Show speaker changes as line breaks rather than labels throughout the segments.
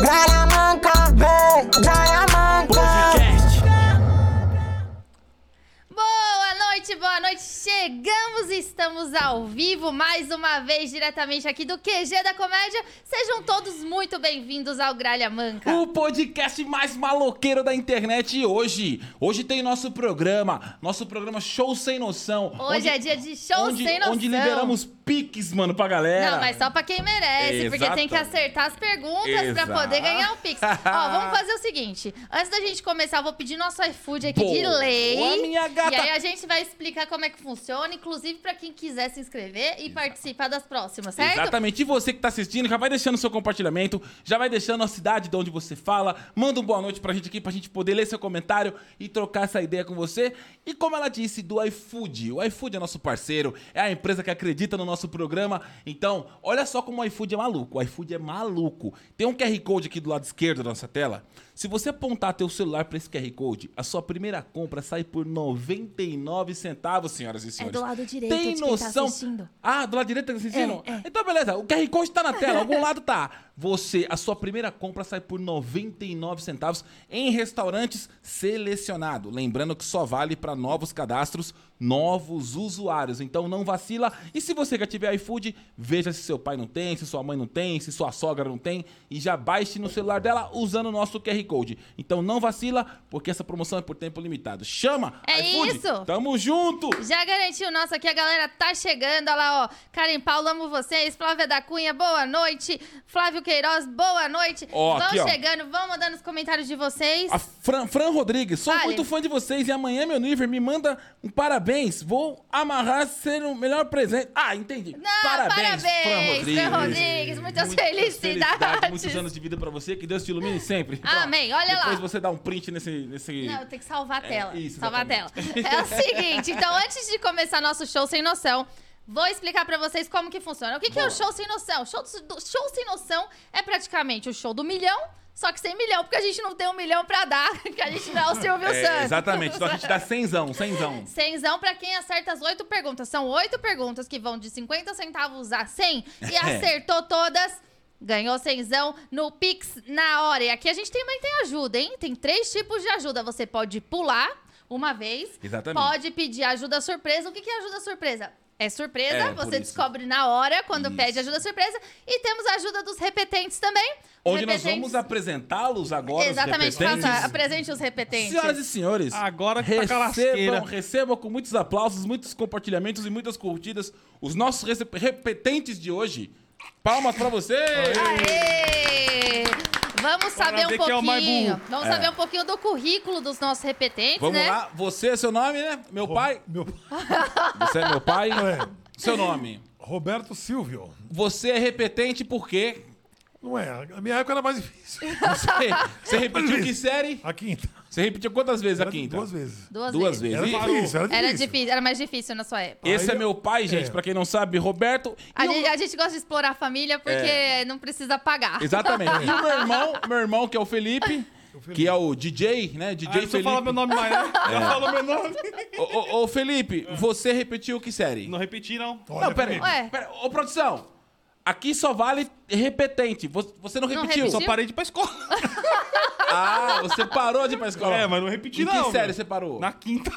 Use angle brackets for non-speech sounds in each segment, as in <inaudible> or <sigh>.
Garamanca, vem, Garamanca.
Podcast.
Boa noite, boa noite. Chegamos e estamos ao vivo mais uma vez diretamente aqui do QG da Comédia. Sejam todos muito bem-vindos ao Gralha Manca.
O podcast mais maloqueiro da internet e hoje. Hoje tem nosso programa, nosso programa Show Sem Noção.
Hoje é dia de show
onde,
sem noção.
Onde liberamos piques, mano, pra galera.
Não, mas só pra quem merece, porque
Exato.
tem que acertar as perguntas
Exato.
pra poder ganhar o Pix.
<laughs>
Ó, vamos fazer o seguinte. Antes da gente começar, eu vou pedir nosso iFood aqui de
Boa,
lei.
minha gata.
E aí a gente vai explicar como é que funciona, inclusive pra quem quiser se inscrever e participar das próximas, certo?
Exatamente. E você que tá assistindo, já vai deixando seu compartilhamento, já vai deixando a cidade de onde você fala. Manda um boa noite pra gente aqui, pra gente poder ler seu comentário e trocar essa ideia com você. E como ela disse, do iFood. O iFood é nosso parceiro, é a empresa que acredita no nosso programa. Então, olha só como o iFood é maluco. O iFood é maluco. Tem um QR Code aqui do lado esquerdo da nossa tela. Se você apontar teu celular pra esse QR Code, a sua primeira compra sai por 99 centavos, senhoras e senhores.
É lado direito
Tem
de quem tá
noção?
assistindo.
Ah, do lado direito tá assistindo?
É, é.
Então, beleza. O QR Code tá na tela. Algum lado tá. Você, a sua primeira compra sai por 99 centavos em restaurantes selecionado. Lembrando que só vale para novos cadastros, novos usuários. Então, não vacila. E se você já tiver iFood, veja se seu pai não tem, se sua mãe não tem, se sua sogra não tem. E já baixe no celular dela usando o nosso QR Code. Então, não vacila, porque essa promoção é por tempo limitado. Chama!
É
iFood.
isso.
Tamo junto!
Já garantiu o nosso aqui, a galera tá chegando. Olha lá, ó. Karen Paulo, amo vocês. Flávia da Cunha, boa noite. Flávio Queiroz, boa noite.
Ó,
vão
aqui, ó.
chegando, vão mandando os comentários de vocês.
A Fran, Fran Rodrigues, sou
Fale.
muito fã de vocês e amanhã meu nível me manda um parabéns. Vou amarrar ser o melhor presente. Ah, entendi.
Não, parabéns, Fran Rodrigues. Muitas
Muitas
felicidades.
felicidades, Muitos anos de vida pra você. Que Deus te ilumine sempre. Pra-
Amém, olha lá.
Depois você dá um print nesse... nesse...
Não, tem que salvar a tela.
É, isso,
salvar a tela.
exatamente.
É o seguinte, então antes de começar nosso show sem noção, vou explicar pra vocês como que funciona. O que, que é o
Boa.
show sem noção? Show, do- show sem noção é praticamente o show do milhão, só que sem milhão, porque a gente não tem um milhão pra dar, <laughs> que a gente não é o Silvio
É,
Santos.
exatamente. Só que a gente dá cenzão,
<laughs>
cenzão.
Cenzão pra quem acerta as oito perguntas. São oito perguntas que vão de 50 centavos a 100
<laughs>
e acertou todas. Ganhou cenzão no Pix na hora. E aqui a gente também tem ajuda, hein? Tem três tipos de ajuda. Você pode pular uma vez.
Exatamente.
Pode pedir ajuda surpresa. O que que é ajuda surpresa? É surpresa,
É, por
você
isso.
descobre na hora quando
Isso.
pede ajuda surpresa. E temos a ajuda dos repetentes também.
Onde nós
Repetentes-
vamos apresentá-los agora,
Exatamente,
os repetentes.
faça, apresente os repetentes.
Senhoras e senhores,
Agora que tá com a
recebam,
lasqueira.
recebam com muitos aplausos, muitos compartilhamentos e muitas curtidas os nossos rece- repetentes de hoje. Palmas pra vocês!
Aê! Vamos saber
ver
um
quem é o mais
pouquinho.
burro.
Vamos
É.
saber um pouquinho do currículo dos nossos repetentes,
Vamos
né?
lá, você, seu nome, né? Meu pai.
Meu
Você é meu pai.
é
Seu nome.
Roberto Silvio.
Você é repetente por quê?
Não é, a minha época era mais difícil.
Você, você repetiu que série?
A quinta.
Você repetiu quantas vezes então? a
Era
quinta?
Duas vezes.
Duas,
Duas
vezes.
vezes.
Era
E-
difícil, era difícil.
Era difícil, era mais difícil na sua época.
Esse é meu pai, gente,
É.
pra quem não sabe, Roberto.
A,
E o-
gente, a gente gosta de explorar a família porque não precisa pagar.
Exatamente. E o meu irmão, meu irmão que é o Felipe, que é o DJ, né?
Ah,
DJ
se eu
Felipe. É.
falar meu
<laughs>
nome mais, né? Eu falo meu nome.
Ô, ô, ô, Felipe, você repetiu que série?
É. Não repeti, não.
Olha,
<laughs> não, pera aí.
Felipe,
Ué.
Pera, ô, produção, aqui só vale repetente. Vo- Você não repetiu.
repetiu?
Só parei de ir pra escola.
Ah, você parou de ir pra escola.
É, mas não repeti,
Em que
não.
série
meu.
você parou?
Na quinta.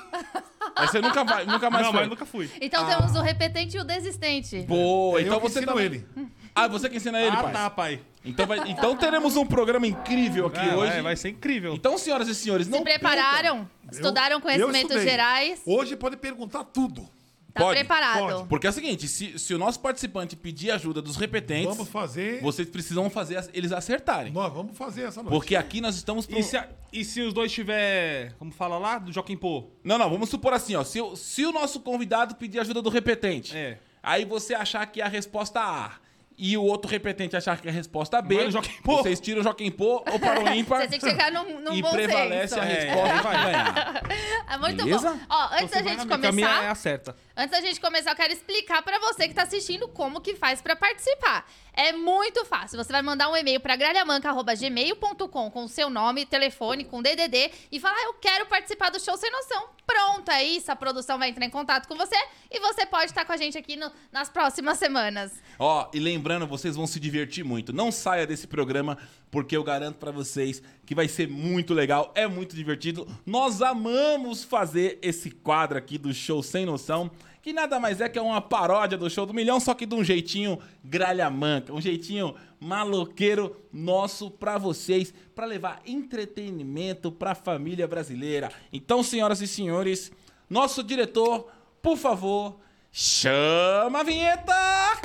Mas você nunca, vai- nunca mais
não,
foi.
mas nunca fui.
Então temos o repetente e o desistente.
Boa,
eu
então
que
você
ensino
também-
ele.
Hum.
Ah, você que ensina ele,
ah,
pai.
tá, pai.
Então, vai- então teremos um programa incrível aqui
Ah,
hoje.
vai, vai ser incrível.
Então, senhoras e senhores, não
Se prepararam? Estudaram
eu
conhecimentos
estudei.
gerais?
Hoje pode perguntar tudo.
Tá
Pode,
preparado?
pode.
Porque é o seguinte, se, se o nosso participante pedir ajuda dos repetentes,
Vamos fazer.
vocês precisam fazer as- eles acertarem.
Nós vamos fazer essa noite.
Porque aqui nós estamos... pro-
E se, a- e se os dois tiver, como fala lá, do Joaquim Pô?
Não, não, vamos supor assim, ó. Se, o- se o nosso convidado pedir ajuda do repetente,
É.
aí você achar que é a resposta A e o outro repetente achar que é a resposta B,
Vai no Joaquim Pô.
vocês tiram o Joaquim Pô ou para o ímpar
<laughs> Você tem que chegar num, num
e
bom
prevalece
senso.
a
É,
resposta que
vai.
ganhar.
<laughs> É muito
Beleza?
bom. Ó, antes
Você
da
vai
gente
na minha, que A minha é
começar,
<laughs>
acerta.
Antes da gente começar, eu quero explicar pra você que tá assistindo como que faz pra participar. É muito fácil. Você vai mandar um e-mail pra gralhamanca.gmail.com com o seu nome, telefone, com DDD e falar: Eu quero participar do show sem noção. Pronto, é isso. A produção vai entrar em contato com você e você pode estar com a gente aqui no- nas próximas semanas.
Ó, e lembrando, vocês vão se divertir muito. Não saia desse programa, porque eu garanto pra vocês que vai ser muito legal, é muito divertido. Nós amamos fazer esse quadro aqui do show Sem Noção, que nada mais é que é uma paródia do show do milhão, só que de um jeitinho gralhamanca, um jeitinho maloqueiro nosso pra vocês, pra levar entretenimento pra família brasileira. Então, senhoras e senhores, nosso diretor, por favor, chama a vinheta!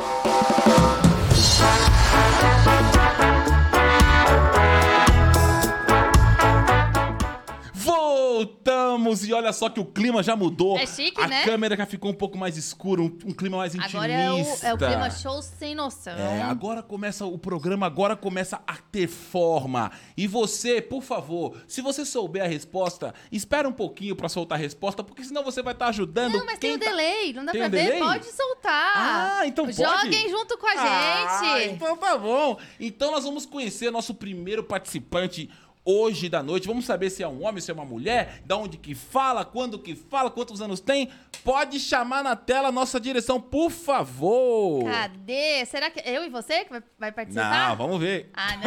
Voltamos e olha só que o clima já mudou.
É chique,
a
né?
câmera já ficou um pouco mais escura, um, um clima mais intimista.
Agora é o, é o clima show sem noção.
É, agora começa o programa, agora começa a ter forma. E você, por favor, se você souber a resposta, espera um pouquinho pra soltar a resposta, porque senão você vai estar ajudando
Não, mas tem
quem
o
tá-
delay, não dá
Tem
pra
um
ver?
delay?
Pode soltar.
Ah, então pode?
Joguem junto com a
Ah,
gente.
então tá bom. Então nós vamos conhecer nosso primeiro participante hoje da noite. Vamos saber se é um homem, se é uma mulher, da onde que fala, quando que fala, quantos anos tem. Pode chamar na tela a nossa direção, por favor.
Cadê? Será que é eu e você que vai, vai participar?
Tipo, Não, vamos ver.
Ah, não,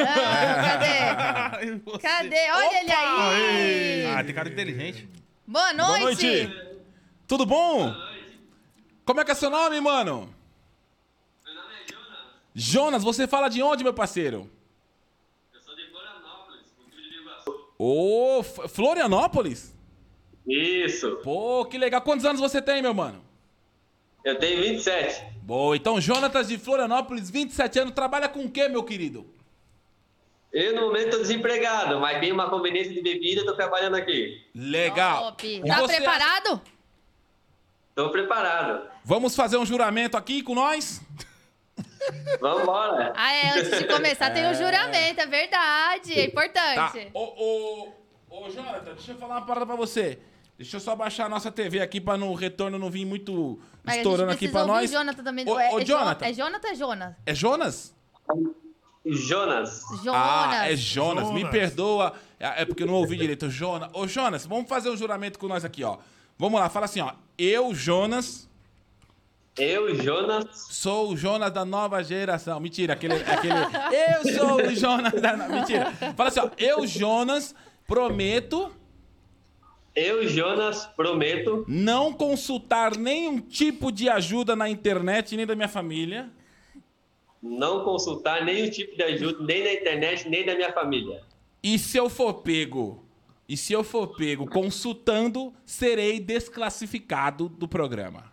cadê?
Ah.
Cadê? Olha ele aí!
Ah, tem cara inteligente.
Boa
Boa
noite!
noite. Tudo bom? Como é que é seu nome, mano?
Meu nome é Jonas,
Jonas, você fala de onde, meu parceiro?
eu sou de Florianópolis, Futuro de Iguaçu.
Ô, F- Florianópolis?
Isso,
Pô, que legal. Quantos anos você tem, meu mano?
eu tenho 27.
Boa, então Jonatas de Florianópolis, 27 anos, trabalha com o quê, meu querido?
Eu no momento tô desempregado, mas tem uma conveniência de bebida, tô trabalhando aqui.
Legal.
Top.
E
Tá
você-
preparado?
Tô preparado.
Vamos fazer um juramento aqui com nós?
Vambora.
Ah, é, antes de começar tem o juramento, é verdade, é
Tá.
importante.
Ô, ô, ô, Jonathan, deixa eu falar uma parada pra você. Deixa eu só baixar a nossa TV aqui pra no retorno não vir muito
Mas
estourando
a gente
aqui
precisa
pra
ouvir
nós.
o Jonathan também.
Ô,
é,
ô,
é Jo-
Jonathan.
É Jonathan, Jonas.
É Jonas?
Jonas,
Jonas.
Ah, é Jonas, me
Jonas.
perdoa. É é porque eu não ouvi direito. Jonas. Ô, Jonas, vamos fazer um juramento com nós aqui, ó. Vamos lá, fala assim, ó. Eu, Jonas,
eu, Jonas,
sou o Jonas da nova geração. Mentira, aquele. aquele eu sou o Jonas da. no- Mentira. Fala assim, ó. Eu, Jonas, prometo
eu, Jonas, prometo
não consultar nenhum tipo de ajuda na internet nem da minha família.
não consultar nenhum tipo de ajuda, nem da internet, nem da minha família.
E se eu for pego. E se eu for pego consultando, serei desclassificado do programa.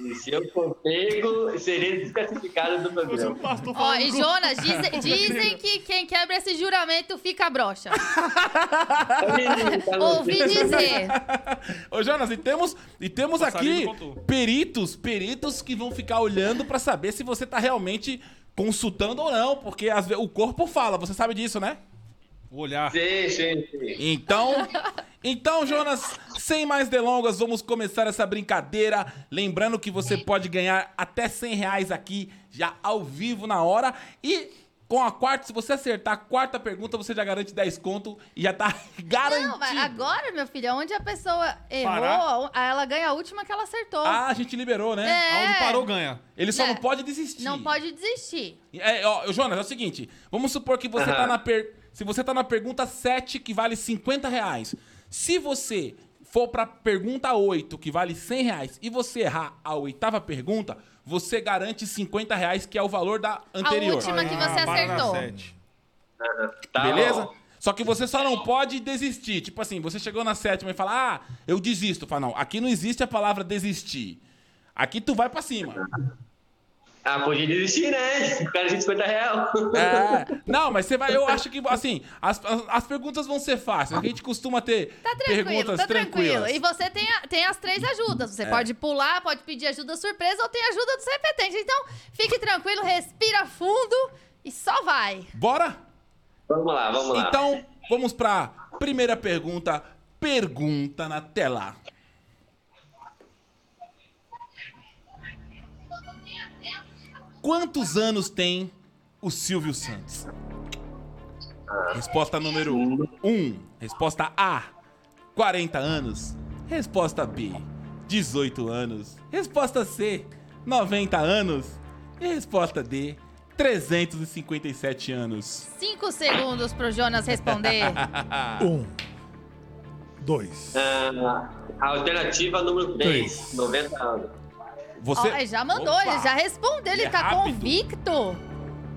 E se eu for pego, serei desclassificado do programa.
pastor
Ó, e Jonas, dizem, dizem que quem quebra esse juramento fica broxa.
Tá
Ouvi dizer.
<laughs> Ô, Jonas, e temos, e temos aqui
Passarinho contou.
peritos, peritos que vão ficar olhando pra saber se você tá realmente consultando ou não, porque às ve- o corpo fala, você sabe disso, né?
O olhar.
É.
Sim, gente.
<laughs>
Então, então, Jonas, sem mais delongas, vamos começar essa brincadeira. Lembrando que você pode ganhar até 100 reais aqui, já ao vivo na hora. E com a quarta, se você acertar a quarta pergunta, você já garante 10 conto e já tá <laughs> garantido.
Não, mas agora, meu filho, onde a pessoa errou,
Parar?
a- ela ganha a última que ela acertou.
Ah, a gente liberou, né?
É.
Aonde parou, ganha.
Ele só
É.
não pode desistir.
Não pode desistir.
É, ó, Jonas, é o seguinte. Vamos supor que você tá
Aham.
na per... Se você tá na pergunta 7, que vale 50 reais. Se você for pra pergunta 8, que vale 100 reais, e você errar a oitava pergunta, você garante 50 reais, que é o valor da
A
anterior.
última que você
Ah, para na
acertou.
sete.
Tá
Beleza?
bom.
Só que você só não pode desistir. Tipo assim, você chegou na sétima e fala, ah, eu desisto. Fala, não, aqui não existe a palavra desistir. Aqui tu vai pra cima.
Ah, podia desistir, né? O cara de 50 real. <laughs>
É. <laughs> Não, mas você vai. Eu acho que, assim, as, as, as perguntas vão ser fáceis. A gente costuma ter
Tá tranquilo,
perguntas
tá tranquilo.
tranquilas. É.
E você tem, a- tem as três ajudas. Você pode pular, pode pedir ajuda surpresa ou tem ajuda dos repetentes. Então, fique tranquilo, respira fundo e só vai.
Bora?
Vamos lá, vamos lá.
Então, vamos pra primeira pergunta. Pergunta na tela. Quantos anos tem o Silvio Santos? Resposta número 1. Um. Resposta A. 40 anos. Resposta B. 18 anos. Resposta C. 90 anos. E resposta D. 357 anos.
Cinco segundos pro Jonas responder.
Ah.
Um. Dois.
É,
Ah, a alternativa número 3,
Três.
90 anos.
<laughs> Você.
Ó, ele já mandou,
Opa!
ele já respondeu, ele
Ele é
tá
rápido.
convicto.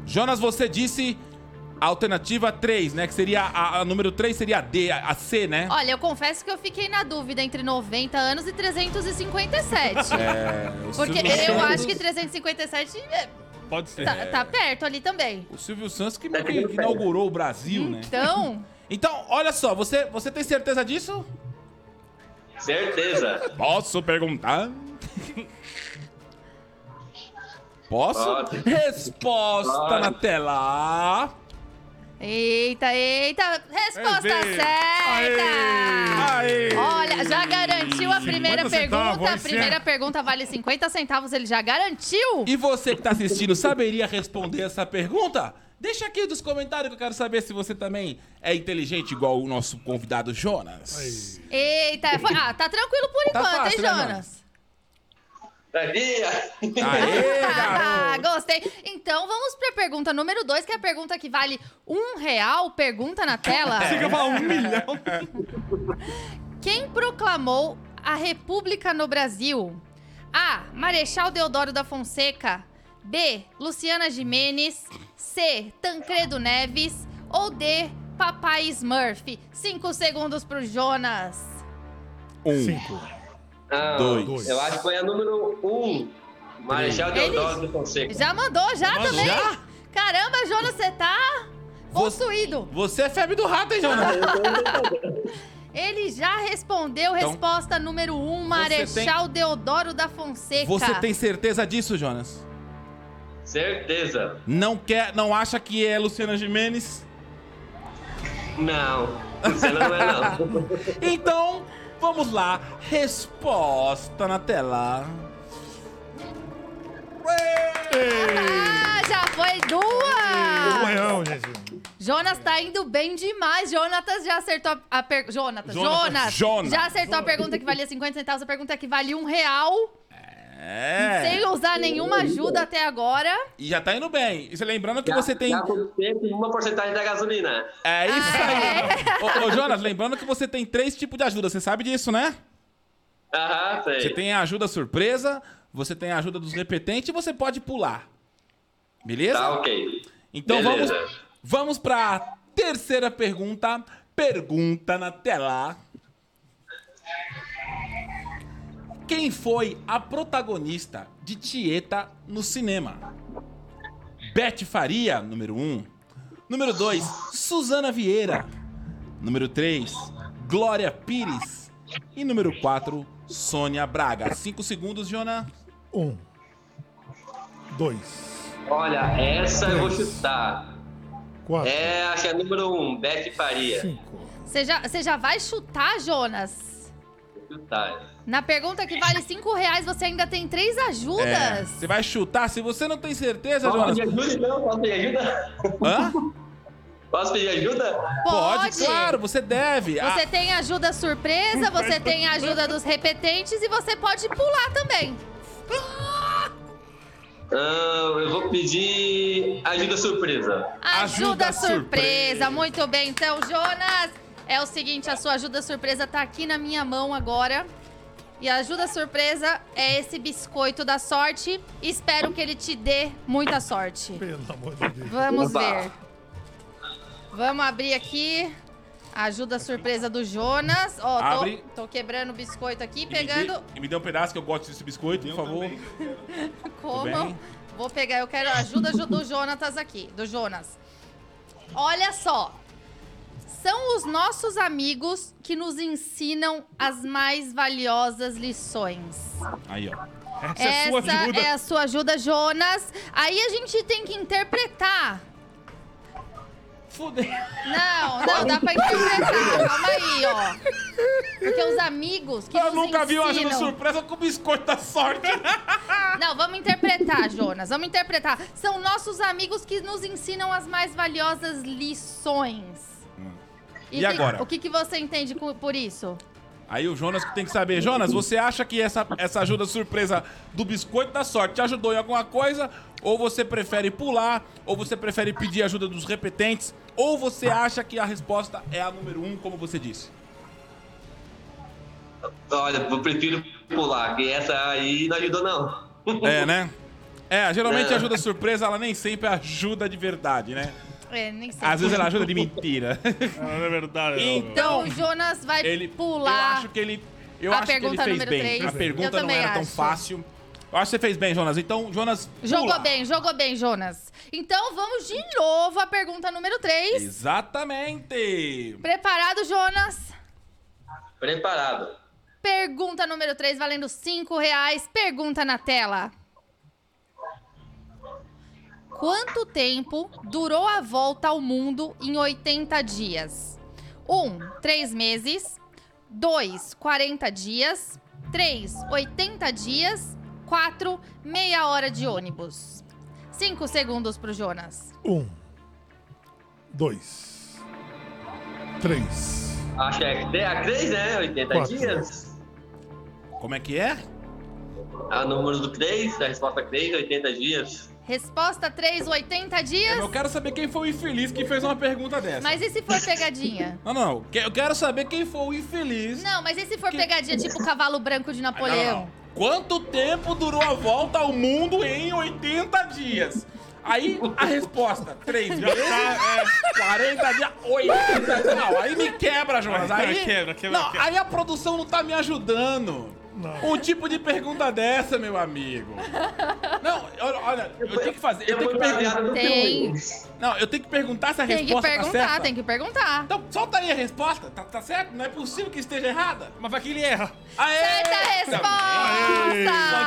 Jonas, você disse a alternativa 3, né? Que seria a, a número 3 seria a D, a, a C, né?
Olha, eu confesso que eu fiquei na dúvida entre 90 anos e 357.
É, o
porque
Silvio
eu
Santos-
acho que 357 é,
Pode ser.
tá, tá perto ali também.
O Silvio Santos que, meio que inaugurou o Brasil, né?
Então,
Então, olha só, você, você tem certeza disso?
Certeza.
Posso perguntar? Posso?
Pode.
Resposta
Pode.
na tela.
eita, eita, resposta
Ei,
certa!
Aê!
Olha, já garantiu a primeira
50
pergunta.
centavos,
a
hein,
primeira pergunta vale 50 centavos, ele já garantiu.
E você que tá assistindo, saberia responder essa pergunta? Deixa aqui nos comentários que eu quero saber se você também é inteligente igual o nosso convidado Jonas.
Eita, foi- ah, tá tranquilo por
Tá
enquanto, hein,
fácil, né,
Jonas?
Sabia?
<laughs> Aê,
Ah,
garoto!
gostei. Então vamos pra pergunta número 2, que é a pergunta que vale um real. Pergunta na tela.
Chega pra um milhão.
Quem proclamou a República no Brasil? A. Marechal Deodoro da Fonseca. B. Luciana Jimenez. C. Tancredo Neves. Ou D. Papai Smurf. Cinco segundos pro Jonas.
Um,
Cinco.
Ah,
Dois.
Eu acho que foi a número 1. Marechal
Três.
Deodoro do Fonseca.
Já mandou, já
Mandou.
também?
Já?
Caramba, Jonas, você tá possuído.
você é febre do rato, hein, Jonas?
Ele já respondeu
Então,
resposta número 1, um,
tem-
Marechal Deodoro da Fonseca.
Você tem certeza disso, Jonas?
Certeza.
Não quer, não acha que é Luciana Jimenez?
Não. Você não é,
<laughs>
não.
Então, vamos lá. Resposta na tela.
Ah, já foi duas!
Um real, gente.
Jonas tá indo bem demais. Jonatas já acertou a- a pergunta. Jonatas,
Jonatas,
Jonas,
Jonas.
Já acertou a pergunta que valia 50 centavos, a pergunta que valia um real,
É.
sem usar nenhuma ajuda até agora.
E já tá indo bem. Isso lembrando que
Já-
você tem.
Já foi sempre uma porcentagem da gasolina.
É isso
Ah,
aí. Ô, ô, Jonas, lembrando que você tem três tipos de ajuda. Você sabe disso, né?
Aham, sei.
Você tem a ajuda surpresa, você tem a ajuda dos repetentes e você pode pular. Beleza?
Tá, ok.
Então vamos,
Beleza.
vamos pra terceira pergunta. Pergunta na tela. Quem foi a protagonista de Tieta no cinema? Beth Faria, número 1. Um. Número 2, Suzana Vieira. Número 3, Glória Pires. E número 4, Sônia Braga. 5 segundos, Jona.
Um. Dois.
Olha, essa eu vou chutar.
Quatro.
É, acho que é a número 1, um, Beth Faria.
Cinco.
Você já, você já vai chutar, Jonas?
Vou Chutar.
Na pergunta que vale 5 reais, você ainda tem três
É,
ajudas.
Você vai chutar? Se você não tem certeza,
Posso
Jonas.
pedir ajuda, então? Posso pedir ajuda?
Hã?
Posso pedir ajuda?
É. Pode, claro, você deve. Ah, A-
Você tá tem ajuda surpresa, você tem ajuda dos repetentes e você pode pular também.
Ah, eu vou pedir ajuda surpresa.
Ajuda,
Ajuda
surpresa.
surpresa.
Muito bem, então, Jonas. É o seguinte, a sua ajuda surpresa tá aqui na minha mão agora. E a ajuda surpresa é esse biscoito da sorte. Espero que ele te dê muita sorte.
Pelo amor de Deus.
Vamos
Oba.
ver. Vamos abrir aqui. A ajuda surpresa do Jonas. Ó, tô-
Abre.
tô, quebrando o biscoito aqui,
E me dê-
pegando.
e me dê um pedaço que eu gosto desse biscoito, por favor.
Como?
bem.
Vou pegar, eu quero a ajuda ju- do Jonatas aqui, do Jonas. Olha só. São os nossos amigos que nos ensinam as mais valiosas lições.
Aí, ó.
Essa, é
Essa
sua ajuda.
é a sua ajuda, Jonas. Aí a gente tem que interpretar
Fudeu.
Não, não, dá pra interpretar. Calma aí, ó. Porque os amigos que
Eu
nos
nunca vi uma ajuda
ensinam-
surpresa com biscoito da sorte.
Não, vamos interpretar, Jonas. Vamos interpretar. São nossos amigos que nos ensinam as mais valiosas lições.
E
que-
agora?
O que, que você entende co- por isso?
Aí o Jonas que tem que saber. Jonas, você acha que essa, essa ajuda surpresa do biscoito da sorte te ajudou em alguma coisa? Ou você prefere pular? Ou você prefere pedir ajuda dos repetentes? Ou você acha que a resposta é a número um, como você disse?
Olha, eu prefiro pular, que essa aí não ajudou, não.
É, né? É, geralmente
É.
a ajuda surpresa, ela nem sempre ajuda de verdade, né?
É, nem sei.
Às vezes ela ajuda de mentira.
É verdade.
Então
Então,
o Jonas vai
ele Eu
pular.
acho que ele. Eu
Então, a
acho que ele
pergunta
fez
número
bem.
três.
A
Eu
pergunta não
também
era tão
acho.
fácil. Eu acho que você fez bem, Jonas. Então, Jonas.
Jogou
pula.
bem, jogou bem, Jonas. Então vamos de novo à pergunta número 3.
Exatamente!
Preparado, Jonas?
<laughs> Preparado.
Pergunta número 3, valendo 5 reais. Pergunta na tela. Quanto tempo durou a volta ao mundo em 80 dias? 1, 3 meses. 2, 40 dias. 3, 80 dias. 4, meia hora de ônibus. 5 segundos pro Jonas.
Um. Dois. Três.
Acho que é, é a 3, né? 80
Quatro.
dias.
Como é que é?
A número do 3, a resposta 3, 80 dias.
Resposta 3, 80
Eu
dias.
quero saber quem foi o infeliz que fez uma pergunta dessa.
Mas e se for pegadinha?
Não, não. eu que- Eu quero saber quem foi o infeliz.
Não, mas e se for pegadinha tipo cavalo branco de
Não, não,
Napoleão?
não. Ah, Quanto tempo durou a volta ao mundo em 80 dias? Aí a resposta, 3 meses, 40 tá, é, dias, 80 dias. Não, aí me quebra, Jonas.
Aí
Aí,
quebra, quebra,
não,
quebra.
aí a produção não tá me ajudando. Um tipo de pergunta dessa, meu amigo. Não, olha, olha, eu tenho que fazer. Eu tenho que perguntar.
Tem.
Não, eu tenho que perguntar se a
Tem que
resposta tá certa.
perguntar, tem que perguntar.
Então, solta aí a resposta. Tá, tá certo? Não é possível que esteja errada.
Mas vai que ele erra.
Aê!
Certa
Tá
Pode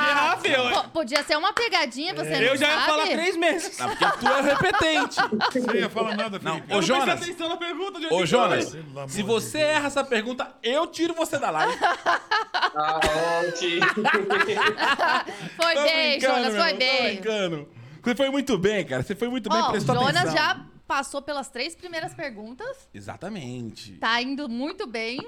errar,
resposta!
feio.
Po- Podia ser uma pegadinha,
É.
você não
Eu já ia
sabe?
falar três meses.
Não, porque tu é o repetente.
Não ia falar nada, Felipe.
Ô, Jonas.
Presta atenção na pergunta, de
Ô, Jonas,
Pelo amor
se
de
você erra essa pergunta, eu tiro você da live.
<laughs>
Ah, onde?
Foi
Tô
bem,
brincando,
Jonas,
meu
foi
irmão,
bem.
Tô brincando. Você foi muito bem, cara. Você foi muito bem,
Ó, o
prestou
Jonas
atenção.
já passou pelas três primeiras perguntas,
Exatamente.
tá indo muito bem.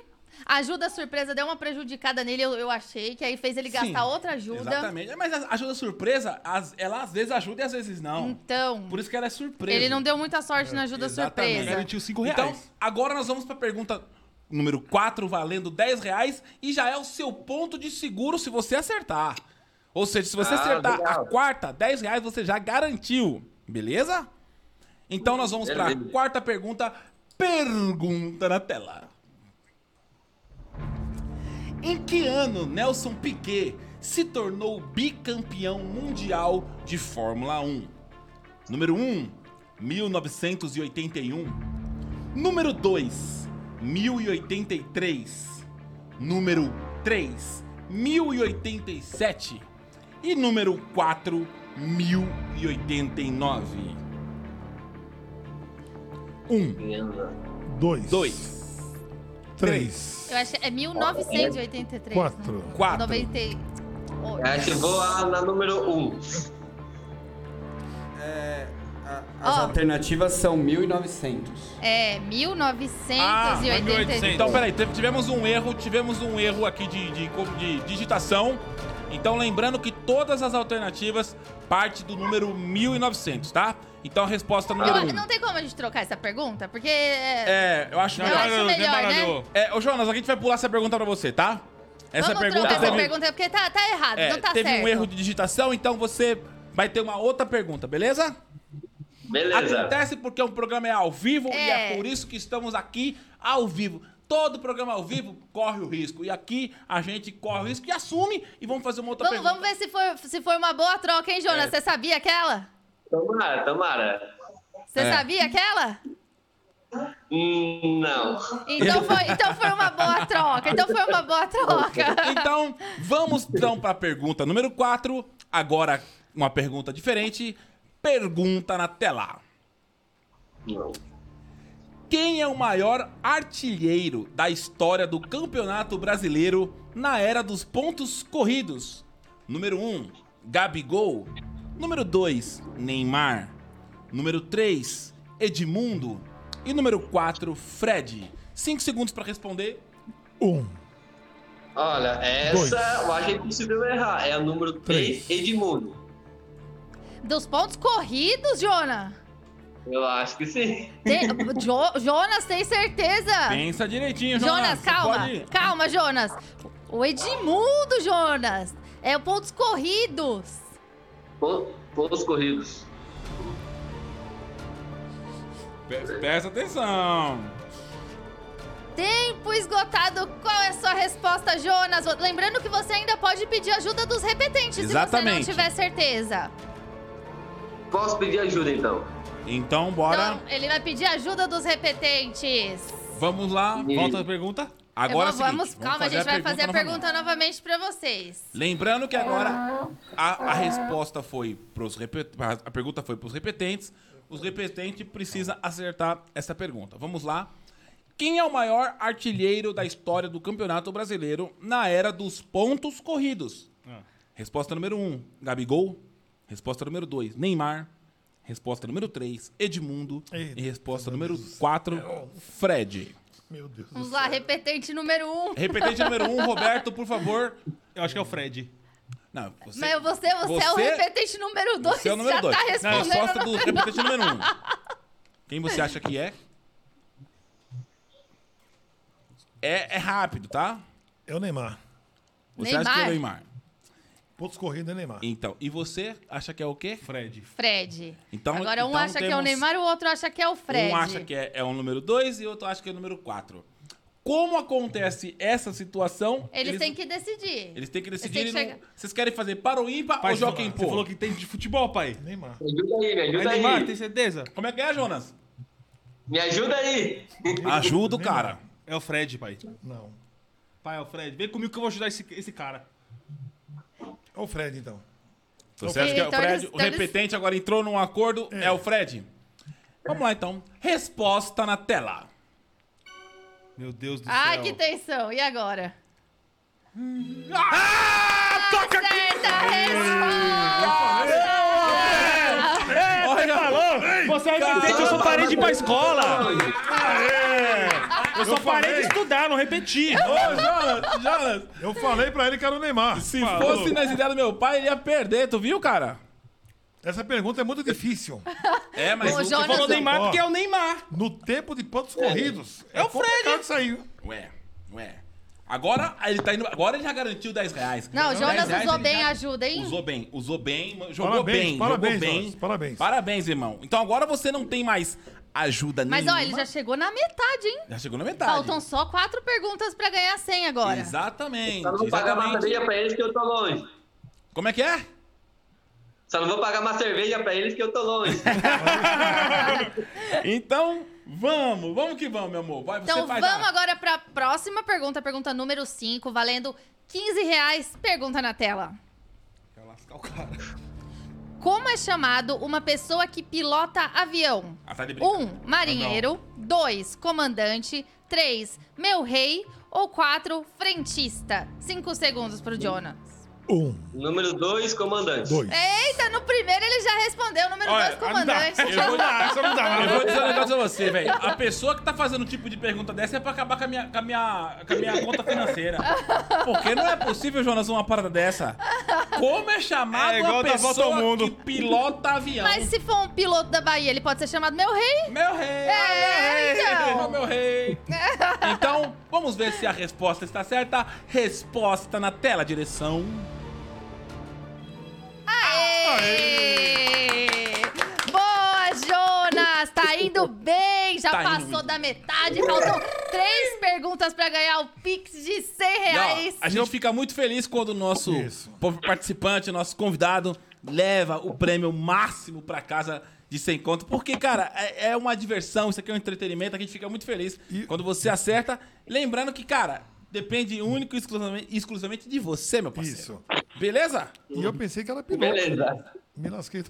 A Ajuda surpresa deu uma prejudicada nele, eu, eu achei, que aí fez ele gastar
Sim,
outra ajuda.
Exatamente. Mas a ajuda surpresa, as- ela às vezes ajuda e às vezes não.
Então,
Por isso que ela é surpresa.
ele não deu muita sorte na ajuda
Exatamente.
surpresa.
Garantiu cinco reais.
Então, agora nós vamos pra pergunta número 4, valendo 10 reais, e já é o seu ponto de seguro se você acertar. Ou seja, se você
Ah,
acertar
legal.
a quarta, 10 reais você já garantiu, beleza? Então nós vamos pra
Beleza.
quarta pergunta. Pergunta na tela. Em que ano Nelson Piquet se tornou bicampeão mundial de Fórmula 1? Número 1, 1981. Número 2, 1083. Número 3, 1087. E número 4, 1089. 1,
Dois.
2,
Três.
Eu achei, é 1983.
Quatro.
não?
Quatro.
98.
Acho que vou lá na número 1.
As
Ó.
alternativas são 1900.
É, 1983.
Então, peraí, teve- tivemos um erro, tivemos um erro aqui de, de, de digitação. Então, lembrando que todas as alternativas parte do número 1900, tá? Então, a resposta número
Eu-
1.
não tem como a gente trocar essa pergunta, porque. é,
É, eu acho
Eu
melhor.
acho melhor, né?
É, ô Jonas, a gente vai pular essa pergunta pra você, tá? Essa
Vamos
pergunta
trocar essa
teve,
pergunta, porque tá, tá errado,
é,
não tá
teve
certo.
um erro de digitação, então você vai ter uma outra pergunta, beleza?
Beleza.
Acontece porque o programa é ao vivo e
É.
é por isso que estamos aqui ao vivo. Todo programa ao vivo corre o risco. E aqui a gente corre o risco e assume e vamos fazer uma outra
Vamos,
pergunta. É.
vamos ver se foi, se foi uma boa troca, hein, Jonas? Você sabia aquela?
Tomara, tomara.
Você
É.
sabia aquela?
Hum, Não.
Então foi, então foi uma boa troca. Então foi uma boa
<laughs>
troca.
Então, vamos então para a pergunta número 4. Agora, uma pergunta diferente. Pergunta na tela.
Não.
Quem é o maior artilheiro da história do Campeonato Brasileiro na era dos pontos corridos? Número 1, Gabigol. Número 2, Neymar. Número 3, Edmundo. E número 4, Fred. 5 segundos para responder.
Um.
Olha,
Dois.
essa eu acho impossível errar. É a número 3,
Três.
Edmundo.
Dos pontos corridos, Jonas?
Eu acho que sim.
Tem- Jo- Jonas, tem certeza?
Pensa direitinho,
Ah.
Jonas.
Jonas,
Você
calma.
pode-
Calma, Jonas. O Edmundo, Jonas. É o pontos corridos.
Pon- Pontos corridos.
Pe- Presta atenção.
Tempo esgotado. Qual é a sua resposta, Jonas? Lembrando que você ainda pode pedir ajuda dos repetentes
Exatamente.
se você não tiver certeza.
Posso pedir ajuda então?
Então, bora.
Então, ele vai pedir ajuda dos repetentes.
Vamos lá.
E-
Volta a pergunta.
Agora é o
Então, Eu vou-
seguinte,
vamos, calma, a gente vai fazer a pergunta novamente pra vocês.
Lembrando que agora a, a resposta foi pros repet... a pergunta foi pros repetentes. Os repetentes precisam acertar essa pergunta. Vamos lá. Quem é o maior artilheiro da história do Campeonato Brasileiro na era dos pontos corridos? Resposta número 1, um, Gabigol. Resposta número 2, Neymar. Resposta número 3, Edmundo.
Eita,
e resposta número 4, Fred.
Meu Deus. do
Vamos lá, repetente número um.
Repetente número 1, um, Roberto, por favor.
Eu acho que é o Fred.
Não, você...
Mas você, você, é o
Você-
repetente número dois.
Você é o número
já
2.
tá
a
respondendo.
resposta do
no-
repetente número 1. Um. Quem você acha que é? É, é rápido, tá?
É o Neymar.
Você acha que é o
Neymar.
Neymar.
Pontos corridos é Neymar.
Então, e você acha que é o quê?
Fred.
Fred.
Então-
Agora um
então
acha que é o
temos-
Neymar, o outro acha que é o Fred.
Um acha que é, é o número 2 e outro acha que é o número 4. Como acontece essa situação?
Eles, têm que decidir.
Eles têm que decidir.
têm que
e não- Vocês querem fazer para o ímpar
Pai,
ou joguem
Você falou
por?
que tem de futebol, pai.
Neymar.
Me ajuda aí, me
Aí,
ajuda aí.
Neymar, tem certeza?
Como é que é, Jonas?
Me ajuda aí.
Ajuda o cara.
É o Fred, pai.
Não.
Pai, é o Fred. Vem comigo que eu vou ajudar esse, esse cara.
É o Fred, então.
Você acha que é o
Então
Fred?
eles-
o
então eles-
repetente agora entrou num acordo, é, o Fred? Vamos lá então. Resposta na tela.
Meu Deus do
Ai,
céu.
Ah, que tensão. E agora?
Ah, toca aqui!
Certa resposta!
Olha,
Você é repetente, eu só parei de ir pra escola. Eu só parei de estudar, não repeti.
ô, Jonas, Jonas,
Eu falei pra ele que era o Neymar.
se fosse nas ideias do meu pai, ele ia perder, tu viu, cara?
Essa pergunta é muito difícil.
É, mas
Ô,
o
Jonas,
Falou Neymar
Ó.
porque é o Neymar.
No tempo de pontos corridos. É,
o Fred.
complicado Isso aí.
Ué, ué. Agora ele tá indo. Agora ele já garantiu 10 reais.
Não,
R$
Jonas
10 reais
usou
ele
bem
já-
a ajuda, hein?
Usou bem, usou bem, jogou
Parabéns,
bem,
parabéns,
jogou bem.
Jonas, parabéns.
Parabéns, irmão. Então agora você não tem mais ajuda
Mas
nenhuma.
ó, ele já chegou na metade, hein?
Já chegou na metade.
Faltam só quatro perguntas pra ganhar 100 agora.
Exatamente.
Só não vou pagar uma
exatamente.
cerveja pra eles que eu tô longe.
Como é que é?
Só não vou pagar uma cerveja pra eles que eu
<laughs>
tô longe.
Então, vamos, vamos que vamos, meu amor. Vai, você
Então
faz
vamos
a-
agora pra próxima pergunta, pergunta número 5, valendo 15 reais. Pergunta na tela.
Quer lascar o cara.
Como é chamado uma pessoa que pilota avião?
Ah, tá de brincadeira.
1. Um, marinheiro. 2. Comandante. 3. Meu rei. Ou 4. Frentista. 5 segundos pro Jonas.
Um,
Número 2, comandante.
dois.
Eita, no primeiro ele já respondeu. Número 2,
Olha, não dá.
comandante.
Eu vou dar, só não
Eu vou
dá.
dizer um negócio pra você, velho. A pessoa que tá fazendo um tipo de pergunta dessa é pra acabar com a minha, com a minha, com a minha conta financeira. Porque não é possível, Jonas, uma parada dessa. Como é chamado
É
uma
igual dar volta ao
pessoa
mundo.
que pilota avião?
Mas se for um piloto da Bahia, ele pode ser chamado meu rei?
Meu rei!
É, então.
meu rei, meu rei! Então, vamos ver se a resposta está certa. Resposta na tela, direção.
Aê! Boa, Jonas! Tá
<laughs>
indo bem, já
Tá indo
passou
muito
da metade. Faltam três perguntas pra ganhar o Pix de 100
E, ó,
reais.
a gente fica muito feliz quando o nosso
Isso.
povo participante, nosso convidado, leva o prêmio máximo pra casa de 100 conto. Porque, cara, é, é uma diversão, isso aqui é um entretenimento, a gente fica muito feliz
E-
quando você acerta. Lembrando que, cara, depende único e exclusivamente, exclusivamente de você, meu parceiro.
Isso.
Beleza?
E eu pensei que era piloto.
Beleza.
Me lasquei.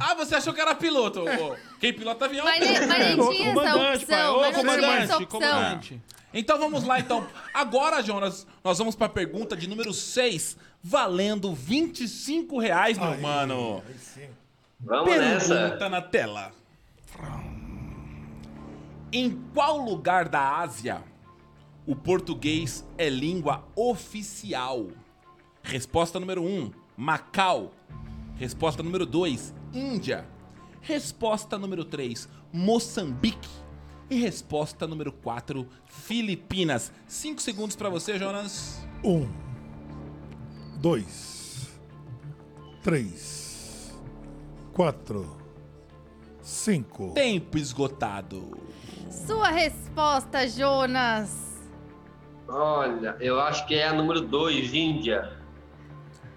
Ah, você achou que era piloto.
É.
ô. Quem pilota avião
Mas
é
nem, mas nem
Ô,
tinha essa
comandante, pai.
opção.
Ô,
Mas não tinha essa
comandante,
opção.
comandante.
Então vamos lá, então. Agora, Jonas, nós vamos pra pergunta de número 6, valendo 25 reais, meu mano.
Vamos nessa.
Pergunta na tela. Em qual lugar da Ásia o português é língua oficial? Resposta número 1, um, Macau. Resposta número 2, Índia. Resposta número 3, Moçambique. E resposta número 4, Filipinas. 5 segundos pra você, Jonas.
Um, dois, três, quatro, cinco.
Tempo esgotado.
Sua resposta, Jonas.
Olha, eu acho que é a número 2, Índia.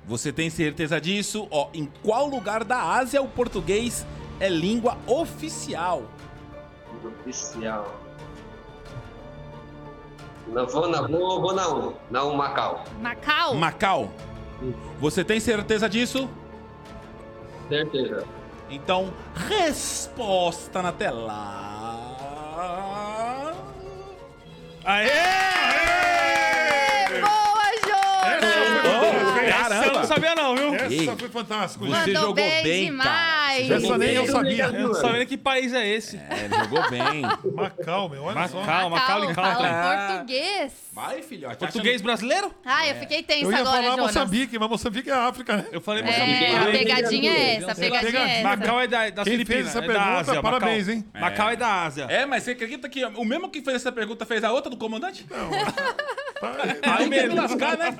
Você tem certeza disso? Ó, em qual lugar da Ásia o português é língua oficial?
Oficial. Não vou na vou, vou na 1. Um. Na 1, um, Macau.
Macau?
Macau. Você tem certeza disso?
Certeza.
Então, resposta na tela.
Aê!
É, Boa,
É,
Jonas!
Ô, Essa eu
caramba.
não sabia não, viu?
Essa
Ei.
foi fantástica.
Você
Mandou
jogou
bem,
bem, cara.
demais.
Você jogou
Essa nem eu
bem.
sabia. é
Eu não sabia que país é esse.
É, ele jogou bem.
Macau, meu. Olha só.
Macau, Macau e
fala
Country.
Ah.
em português.
Vai, filhote.
Português brasileiro?
Ai, eu fiquei tensa
É. Eu ia
agora,
falar
Jonas.
Moçambique, mas Moçambique é a África, né?
Eu falei
É, a
Moçambique.
pegadinha é essa, a pegadinha é essa.
Macau é da, das
Quem
Filipinas.
fez essa
é
pergunta,
da Ásia,
parabéns,
Macau.
hein?
Macau é. da Ásia.
É, mas você acredita que o mesmo que fez essa pergunta fez a outra do comandante?
Tá-
<laughs> Aí quer me lascar, né?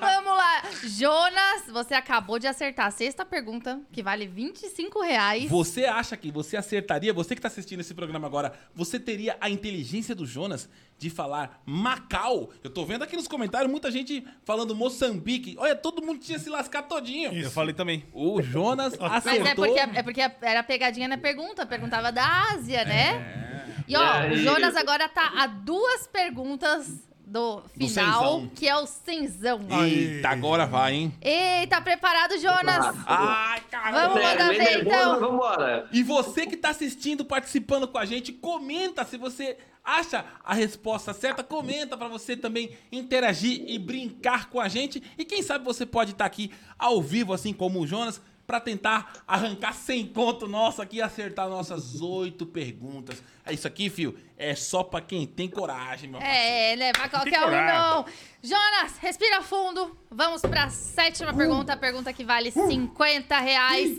Vamos lá. Jonas, você acabou de acertar a sexta pergunta, que vale 25 reais.
Você acha que você acertaria, você que tá assistindo esse programa agora, você teria a inteligência do Jonas de falar Macau? Eu tô vendo aqui nos comentários muita gente falando Moçambique. Olha, todo mundo tinha se lascar todinho.
Eu falei também.
O Jonas
<laughs> Mas é
acertou.
porque, é porque era pegadinha na pergunta, perguntava da Ásia, né? E ó,
É.
o Jonas agora tá a duas perguntas do final,
cenzão.
que é o cinzão.
Eita, agora vai, hein?
Eita, preparado, Jonas?
Ai, caramba.
Vamos mandar
bem
ver, então.
Vamos embora.
E você que tá assistindo, participando com a gente, comenta se você acha a resposta certa, comenta pra você também interagir e brincar com a gente. E quem sabe você pode estar aqui ao vivo, assim como o Jonas, pra tentar arrancar sem conto nosso aqui e acertar nossas oito perguntas. É isso aqui, fio. É só pra quem tem coragem, meu parceiro.
É, levar qualquer um
coragem.
não. Jonas, respira fundo. Vamos pra sétima pergunta, a pergunta que vale 50 reais.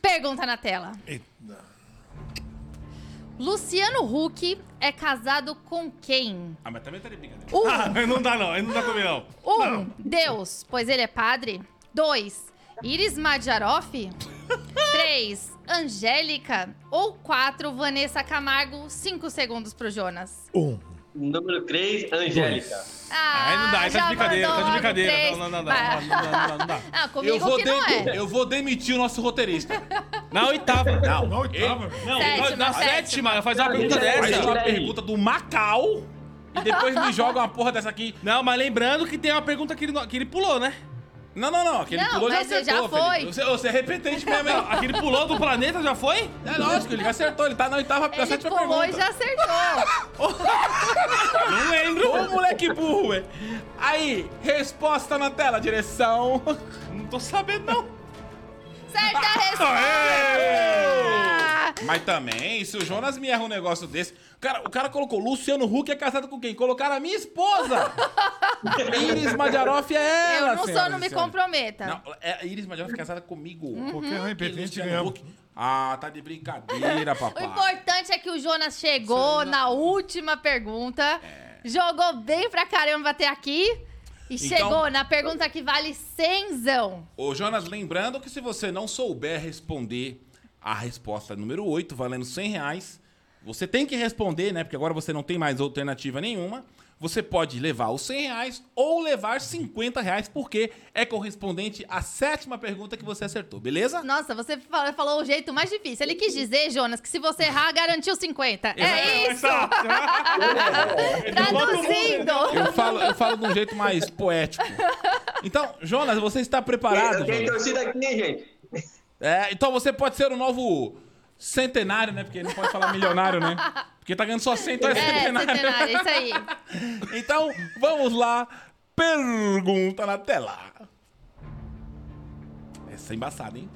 Pergunta na tela. Luciano Huck é casado com quem?
Ah, mas também tá de brincadeira.
Um,
Ah, não dá não, não dá comigo não.
um Deus, pois ele é padre. Dois, Iris Madjaroff. Três, Angélica. Ou quatro, Vanessa Camargo. Cinco segundos pro Jonas.
Um,
Número 3, Angélica.
Ah,
Aí não dá, aí tá de
já
brincadeira, tá
mandou
de
logo
brincadeira.
três.
Não, não, não,
Vai.
não, não, não, não, não dá.
Ah,
Eu
comigo
vou,
que não
de-
é.
eu vou demitir o
<laughs>
nosso roteirista.
Na oitava. Não.
na oitava.
Não,
Sétima,
na, na
sétima.
sétima, ela faz uma pergunta
Aí
dessa.
tem Então, é uma pergunta do Macau e depois me joga uma porra dessa aqui.
Não, mas lembrando que tem uma pergunta que ele, não- que ele pulou, né?
Não, não, não. Aquele
Não,
pulou já
mas ele já
acertou,
foi.
Felipe. Você, você é repetente mesmo, hein?
Aquele pulou do planeta, já foi?
É lógico, ele já acertou. Ele tá na oitava, na
Ele
sétima
pulou
pergunta.
e já acertou.
Não lembro.
Ô, moleque burro, ué. Aí, resposta na tela, direção.
Não tô sabendo, não.
Certa a resposta!
Mas também, se o Jonas me erra um negócio desse... Cara, o cara colocou Luciano Huck é casado com quem? Colocaram a minha esposa. Iris Madjaroff é ela,
Eu não sou,
senhoras
não
e
me Uhum.
senhores.
comprometa.
Não, é, Iris Madjaroff é casada comigo.
Qualquer
Hum,
repetente
Luciano
ganhamos.
Huck. Ah, tá
<laughs>
de brincadeira,
O
papai.
importante é que o Jonas chegou na última pergunta,
É.
jogou bem pra caramba até aqui e
Então-
chegou na pergunta que vale cenzão.
Ô, Jonas, lembrando que se você não souber responder a resposta número 8, valendo 100 reais, você tem que responder, né? Porque agora você não tem mais alternativa nenhuma. Você pode levar os 100 reais ou levar 50 reais, porque é correspondente à sétima pergunta que você acertou, beleza?
Nossa, você fa- falou o jeito mais difícil. Ele quis dizer, Jonas, que se você errar, garantiu 50. É isso! Traduzindo!
Eu falo, eu falo de um jeito mais poético. Então, Jonas, você está preparado?
Tem
Jonas?
torcida aqui, gente.
É, então você pode ser o novo centenário, né? Porque não pode falar milionário, né? Porque tá ganhando só 100, então é,
É,
centenário.
centenário, isso aí.
Então, vamos lá. Pergunta na tela. Essa é embaçada, hein?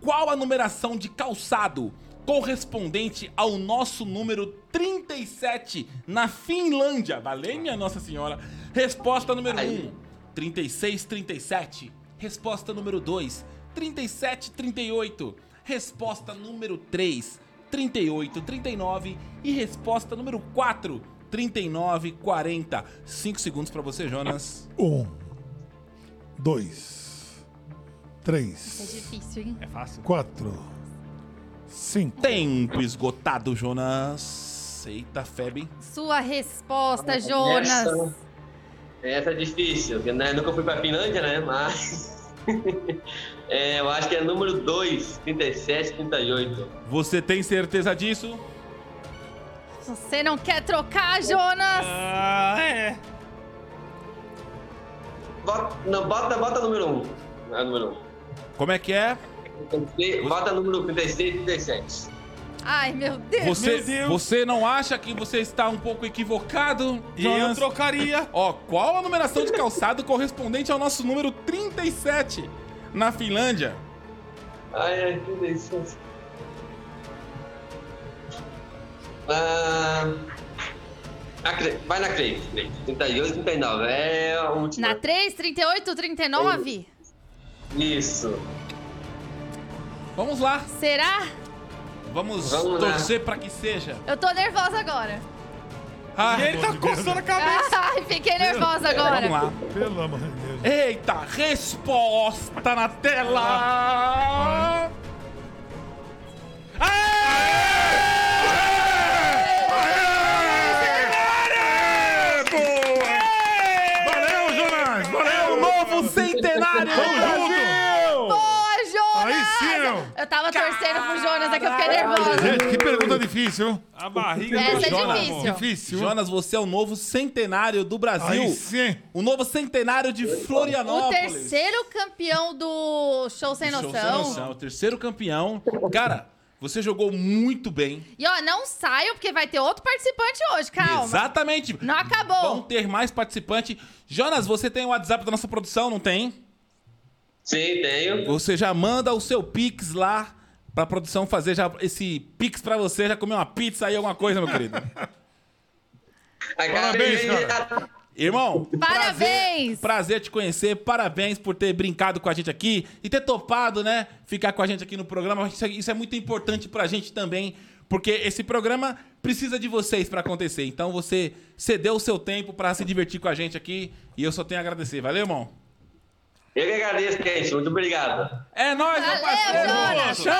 Qual a numeração de calçado correspondente ao nosso número 37 na Finlândia? Valeu, minha Nossa Senhora. Resposta número 1,
Aí.
36, 37. Resposta número 2, 37, 38. Resposta número 3, 38, 39. E resposta número 4, 39, 40. 5 segundos pra você, Jonas.
Um, dois,
É
três,
difícil, hein?
É fácil.
quatro, cinco.
Tempo esgotado, Jonas. Eita, Feb.
Sua resposta, Jonas.
Essa é difícil, porque né, nunca fui pra Finlândia, né? Mas. <laughs> É, eu acho que é número 2, 37, 38.
Você tem certeza disso?
Você não quer trocar, Jonas?
Ah, é.
Bota, não, bota, bota número 1. Um. Não é número 1.
Como é que é?
Um. Bota número 36, 37.
Ai, meu Deus.
É, Meu
Você,
Deus.
você não acha que você está um pouco equivocado,
E eu
Jonas?
trocaria.
Ó, qual a numeração de calçado <laughs> correspondente ao nosso número 37 na Finlândia?
Ai, ai, 36. Ah, a Cre- vai na Crave. 38, 39. É a última.
Na 3, 38, 39?
Isso.
Vamos lá,
Será?
vamos,
Vamos lá.
torcer para que seja.
Eu tô nervosa agora.
Ah,
E ele tá coçando a cabeça.
Ai, fiquei nervosa agora.
Então vamos lá.
Pelo amor de Deus.
Eita, resposta na
Ah!
tela!
Valeu, Jonas!
É o
Valeu!
novo centenário do Brasil!
Boa, Jonas!
Aí sim, meu.
Eu tava torcendo pro Jonas, é que eu fiquei nervosa.
Gente, que pergunta difícil, hein?
A barriga
Essa é
Jonas,
difícil.
Difícil.
Jonas, você é o novo centenário do Brasil.
Aí sim.
O novo centenário de
O
Florianópolis.
terceiro campeão do Show Sem
Show
Noção.
sem noção, o terceiro campeão. Cara, você jogou muito bem.
E ó, não saiam, porque vai ter outro participante hoje, calma.
Exatamente.
Não é acabou.
Vão ter mais participante. Jonas, você tem o WhatsApp da nossa produção, não tem?
Sim, tenho.
Você já manda o seu Pix lá pra produção fazer já esse Pix pra você, já comer uma pizza aí, alguma coisa, meu <laughs> querido.
A cara
Parabéns,
vem-
Irmão,
Parabéns!
Prazer te conhecer, parabéns por ter brincado com a gente aqui e ter topado, né? Ficar com a gente aqui no programa. Isso é, isso é muito importante pra gente também, porque esse programa precisa de vocês pra acontecer. Então você cedeu o seu tempo pra se divertir com a gente aqui e eu só tenho a agradecer. Valeu, irmão?
Eu que agradeço, gente. Muito obrigado.
É nóis, meu
Valeu,
parceiro!
Jonas!
Show!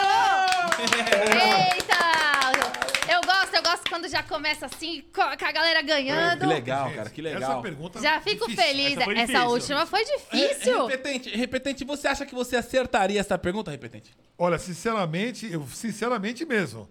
Eita! Eu gosto, eu gosto quando já começa assim, co- com a galera ganhando.
Que legal, cara, que legal. É,
Essa pergunta
Já fico feliz.
Essa foi
Essa,
difícil.
última foi difícil.
Repetente, repetente, você acha que você acertaria essa pergunta, repetente?
Olha, sinceramente, eu sinceramente mesmo,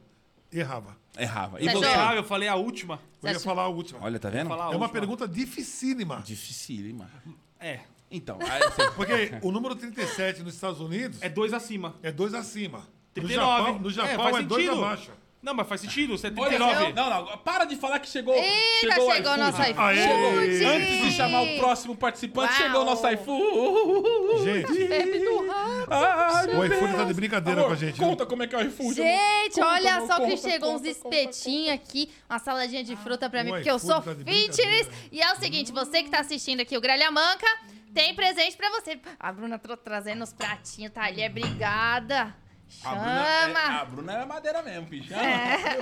errava.
Errava. E
Você
Eu
você?
achou?
errava, eu falei a última.
Eu ia falar a última.
Olha, tá vendo?
Falar a
é uma
última.
pergunta dificílima.
Difícil, hein, mano.
É.
Então, aí você...
Porque o número 37 nos Estados Unidos
É dois acima.
é 2 acima. No
39.
Japão, no Japão é 2 abaixo.
Não, mas faz sentido. Você é
Olha,
39.
Não, não, para de falar que chegou.
Eita, é, chegou, o nosso iFood.
Aê.
Antes de chamar o próximo participante,
Uau.
chegou o nosso iFood.
Gente,
Bebe do rabo.
Ah,
o iFood tá de brincadeira
Amor,
com a gente.
Conta como é que é o iFood.
Gente,
Conta,
olha
amor,
só que
conta,
chegou uns
conta, conta,
espetinhos aqui, uma saladinha de fruta pra mim,
o
porque eu
iFood
sou
tá de
fitness.
brincadeira.
E é o seguinte, você que tá assistindo aqui o Gralha Manca, tem presente pra você. A Bruna tá trazendo os pratinhos, tá ali, é brigada.
A Bruna, é,
Chama! É.
a Bruna é madeira mesmo, bicho. Ah,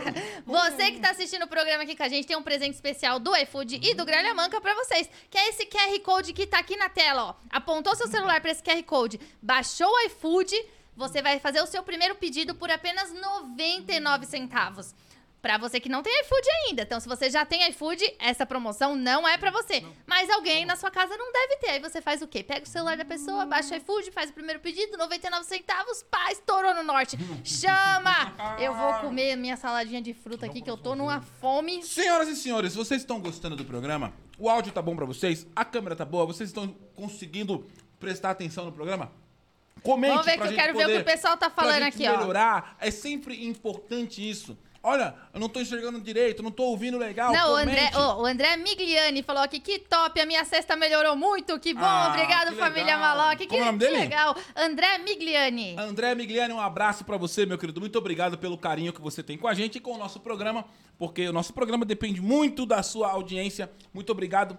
Você que tá assistindo o programa aqui com a gente tem um presente especial do iFood e do Gralha Manca pra vocês, que é esse QR Code que tá aqui na tela, ó. Apontou seu celular pra esse QR Code, baixou o iFood, você vai fazer o seu primeiro pedido por apenas 99 centavos. Pra você que não tem iFood ainda. Então, se você já tem iFood, essa promoção não é pra você. Mas alguém na sua casa não deve ter. Aí você faz o quê? Pega o celular da pessoa, baixa o iFood, faz o primeiro pedido, 99 centavos, pá, estourou no norte. Chama! Eu vou comer a minha saladinha de fruta aqui, que eu tô numa fome.
Senhoras e senhores, vocês estão gostando do programa? O áudio tá bom pra vocês? A câmera tá boa? Vocês estão conseguindo prestar atenção no programa? Comente
Vamos ver
pra
que eu
gente
quero ver o que
poder-
o pessoal tá
pra
falando
gente
aqui, ó.
melhorar. É sempre importante isso. Olha, eu não tô enxergando direito, não tô ouvindo legal.
Não, o
comente.
André, o- o André Migliani falou aqui que top, a minha cesta melhorou muito, que bom,
Ah,
obrigado
que
família
legal.
Maloc, que,
Como é o nome
que
dele?
legal. André Migliani.
André Migliani, um abraço pra você, meu querido. Muito obrigado pelo carinho que você tem com a gente e com o nosso programa, porque o nosso programa depende muito da sua audiência. Muito obrigado.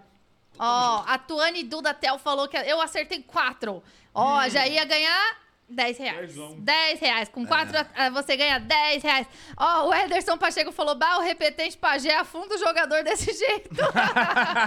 Ó, a Tuane Duda Tel falou que eu acertei quatro. Ó,
Hum.
já ia ganhar 10 reais. 10 reais.
É.
Com quatro, ah, você ganha 10 reais. Ó, o Ederson Pacheco falou: bah, o repetente pajé afunda o jogador desse <laughs> jeito.
<laughs>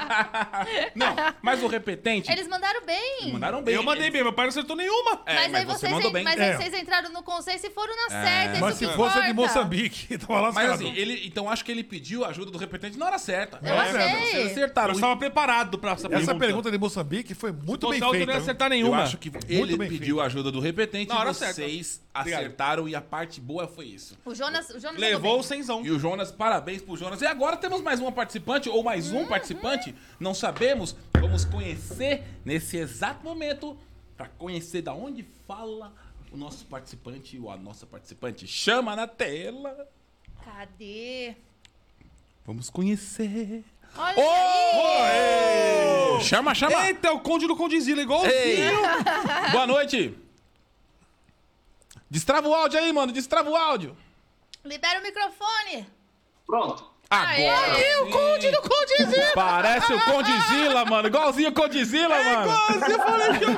Não, mas o repetente.
Eles mandaram bem.
Mandaram bem.
Eu mandei bem, É, meu pai não acertou nenhuma.
É,
mas, aí vocês, en- mas aí
É.
vocês entraram no consenso e foram na certa. Isso
Mas se
que
fosse de
importa.
Moçambique, <laughs> tava lá
Mas assim, ele, então acho que ele pediu a ajuda do repetente na hora certa.
Eu achei.
Vocês
Eu
acertaram.
estava preparado pra essa pergunta. é
Essa pergunta de Moçambique foi muito
Total,
bem
eu não ia
feita. viu?
acertar nenhuma.
Eu acho que ele
bem
pediu a ajuda do repetente
Na hora
e vocês acertaram e a parte boa foi isso.
O Jonas, o Jonas mandou
Levou
bem.
o senzão.
E o Jonas, parabéns pro Jonas. E agora temos mais uma participante, ou mais um participante, não sabemos. Vamos conhecer nesse exato momento, pra conhecer da onde fala o nosso participante ou a nossa participante. Chama na tela.
Cadê?
Vamos conhecer.
Olha aí!
Chama, chama.
Eita, o Conde do Condizila, <laughs> igualzinho.
Boa noite. Destrava o áudio aí, mano. Destrava o áudio.
Libera o microfone!
Pronto.
Agora.
Aê!
o Conde do Condizila. Parece o Condizila, mano. Igualzinho o Condizila,
É
mano.
Eu falei que eu-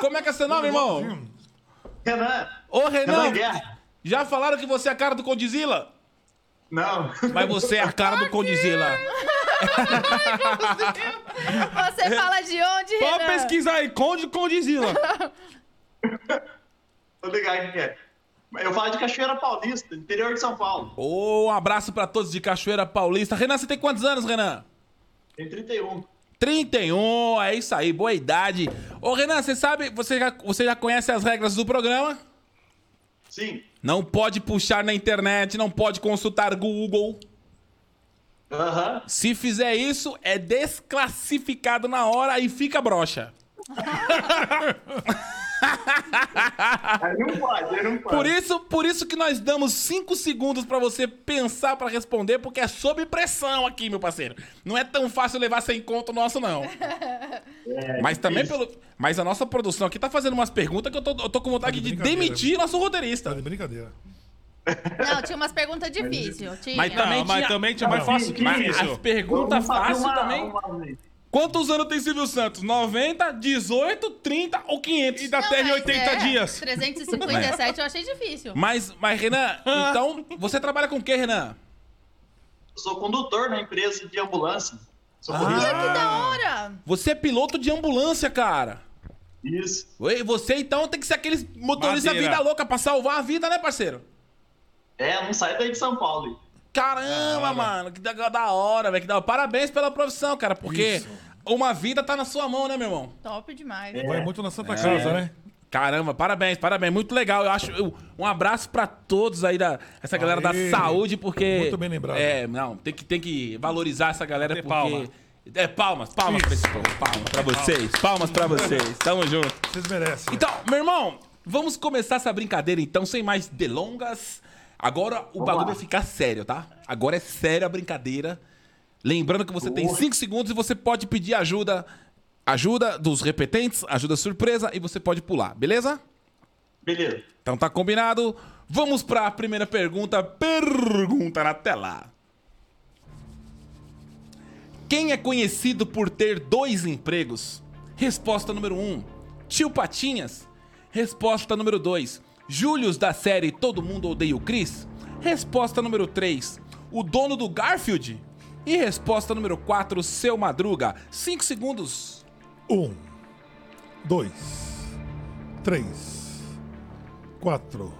Como é que é seu nome, irmão?
Renan,
Ô,
Renan
Renan.
Guerra.
Já falaram que você é a cara do Condizila?
Não. <laughs>
Mas você é a cara do Condizila.
Você fala de onde,
Pode
Renan?
pesquisar aí, Conde do Condizila.
Tô ligado quem que é. Eu falo de Cachoeira Paulista, interior de São Paulo.
Ô, um abraço pra todos de Cachoeira Paulista. Renan, você tem quantos anos, Renan?
Tem 31.
31, é isso aí, boa idade. Ô, Renan, você sabe, você já, você já conhece as regras do programa?
Sim.
Não pode puxar na internet, não pode consultar Google.
Aham.
Se fizer isso, é desclassificado na hora e fica broxa.
Aí não pode, aí não pode.
Por isso, por isso que nós damos 5 segundos pra você pensar pra responder, porque é sob pressão aqui, meu parceiro. Não é tão fácil levar sem conta o nosso, não. mas também pelo. Mas a nossa produção aqui tá fazendo umas perguntas que eu tô, eu tô com vontade de
brincadeira.
demitir nosso
Tá
roteirista.
de brincadeira.
Não, tinha umas perguntas difíceis. Tinha.
Mas também
Não, mas
tinha-
também tinha mais fácil que tá
Mas as
difícil.
perguntas
Vamos fazer
fáceis
uma-
também.
uma vez.
Quantos anos tem Silvio Santos? 90, 18, 30 ou 500?
E da
Não,
terra em
mas
80
é,
dias.
357 eu achei difícil.
Mas, mas,
<laughs>
Renan, então, você trabalha com o quê, Renan?
Eu sou condutor na empresa de ambulância. Sou
Olha
corrida.
que da hora!
Você é piloto de ambulância, cara.
Isso.
Oi, Você, então, tem que ser aqueles motorista
Madeira.
vida louca pra salvar a vida, né, parceiro?
É, não sai daí de São Paulo. hein?
Caramba, mano, que da, da hora, velho. que da hora. Parabéns pela profissão, cara, porque uma vida tá na sua mão, né, meu irmão?
Top demais.
É.
Vai muito na Santa Casa, né?
Caramba, parabéns, parabéns. Muito legal. Eu acho. eu- um abraço pra todos aí da essa galera
Aê.
da saúde, porque.
Muito bem lembrado.
É, não, tem que, tem que valorizar essa galera
Bater
porque.
palma.
É, palmas, palmas pra esse povo. Palmas pra vocês. Palmas pra vocês. Tamo junto.
Vocês merecem.
Então, meu irmão, vamos começar essa brincadeira então, sem mais delongas. Agora o bagulho vai ficar sério, tá? Agora é séria a brincadeira. Lembrando que você tem 5 segundos e você pode pedir ajuda. Ajuda dos repetentes, ajuda surpresa e você pode pular, beleza?
Beleza.
Então tá combinado. Vamos pra primeira pergunta. Pergunta na tela. Quem é conhecido por ter dois empregos? Resposta número 1. Um, Tio Patinhas. Resposta número 2. Július da série Todo Mundo Odeia o Chris. Resposta número 3. O dono do Garfield. E resposta número 4, seu Madruga. 5 segundos.
Um, dois, três, quatro,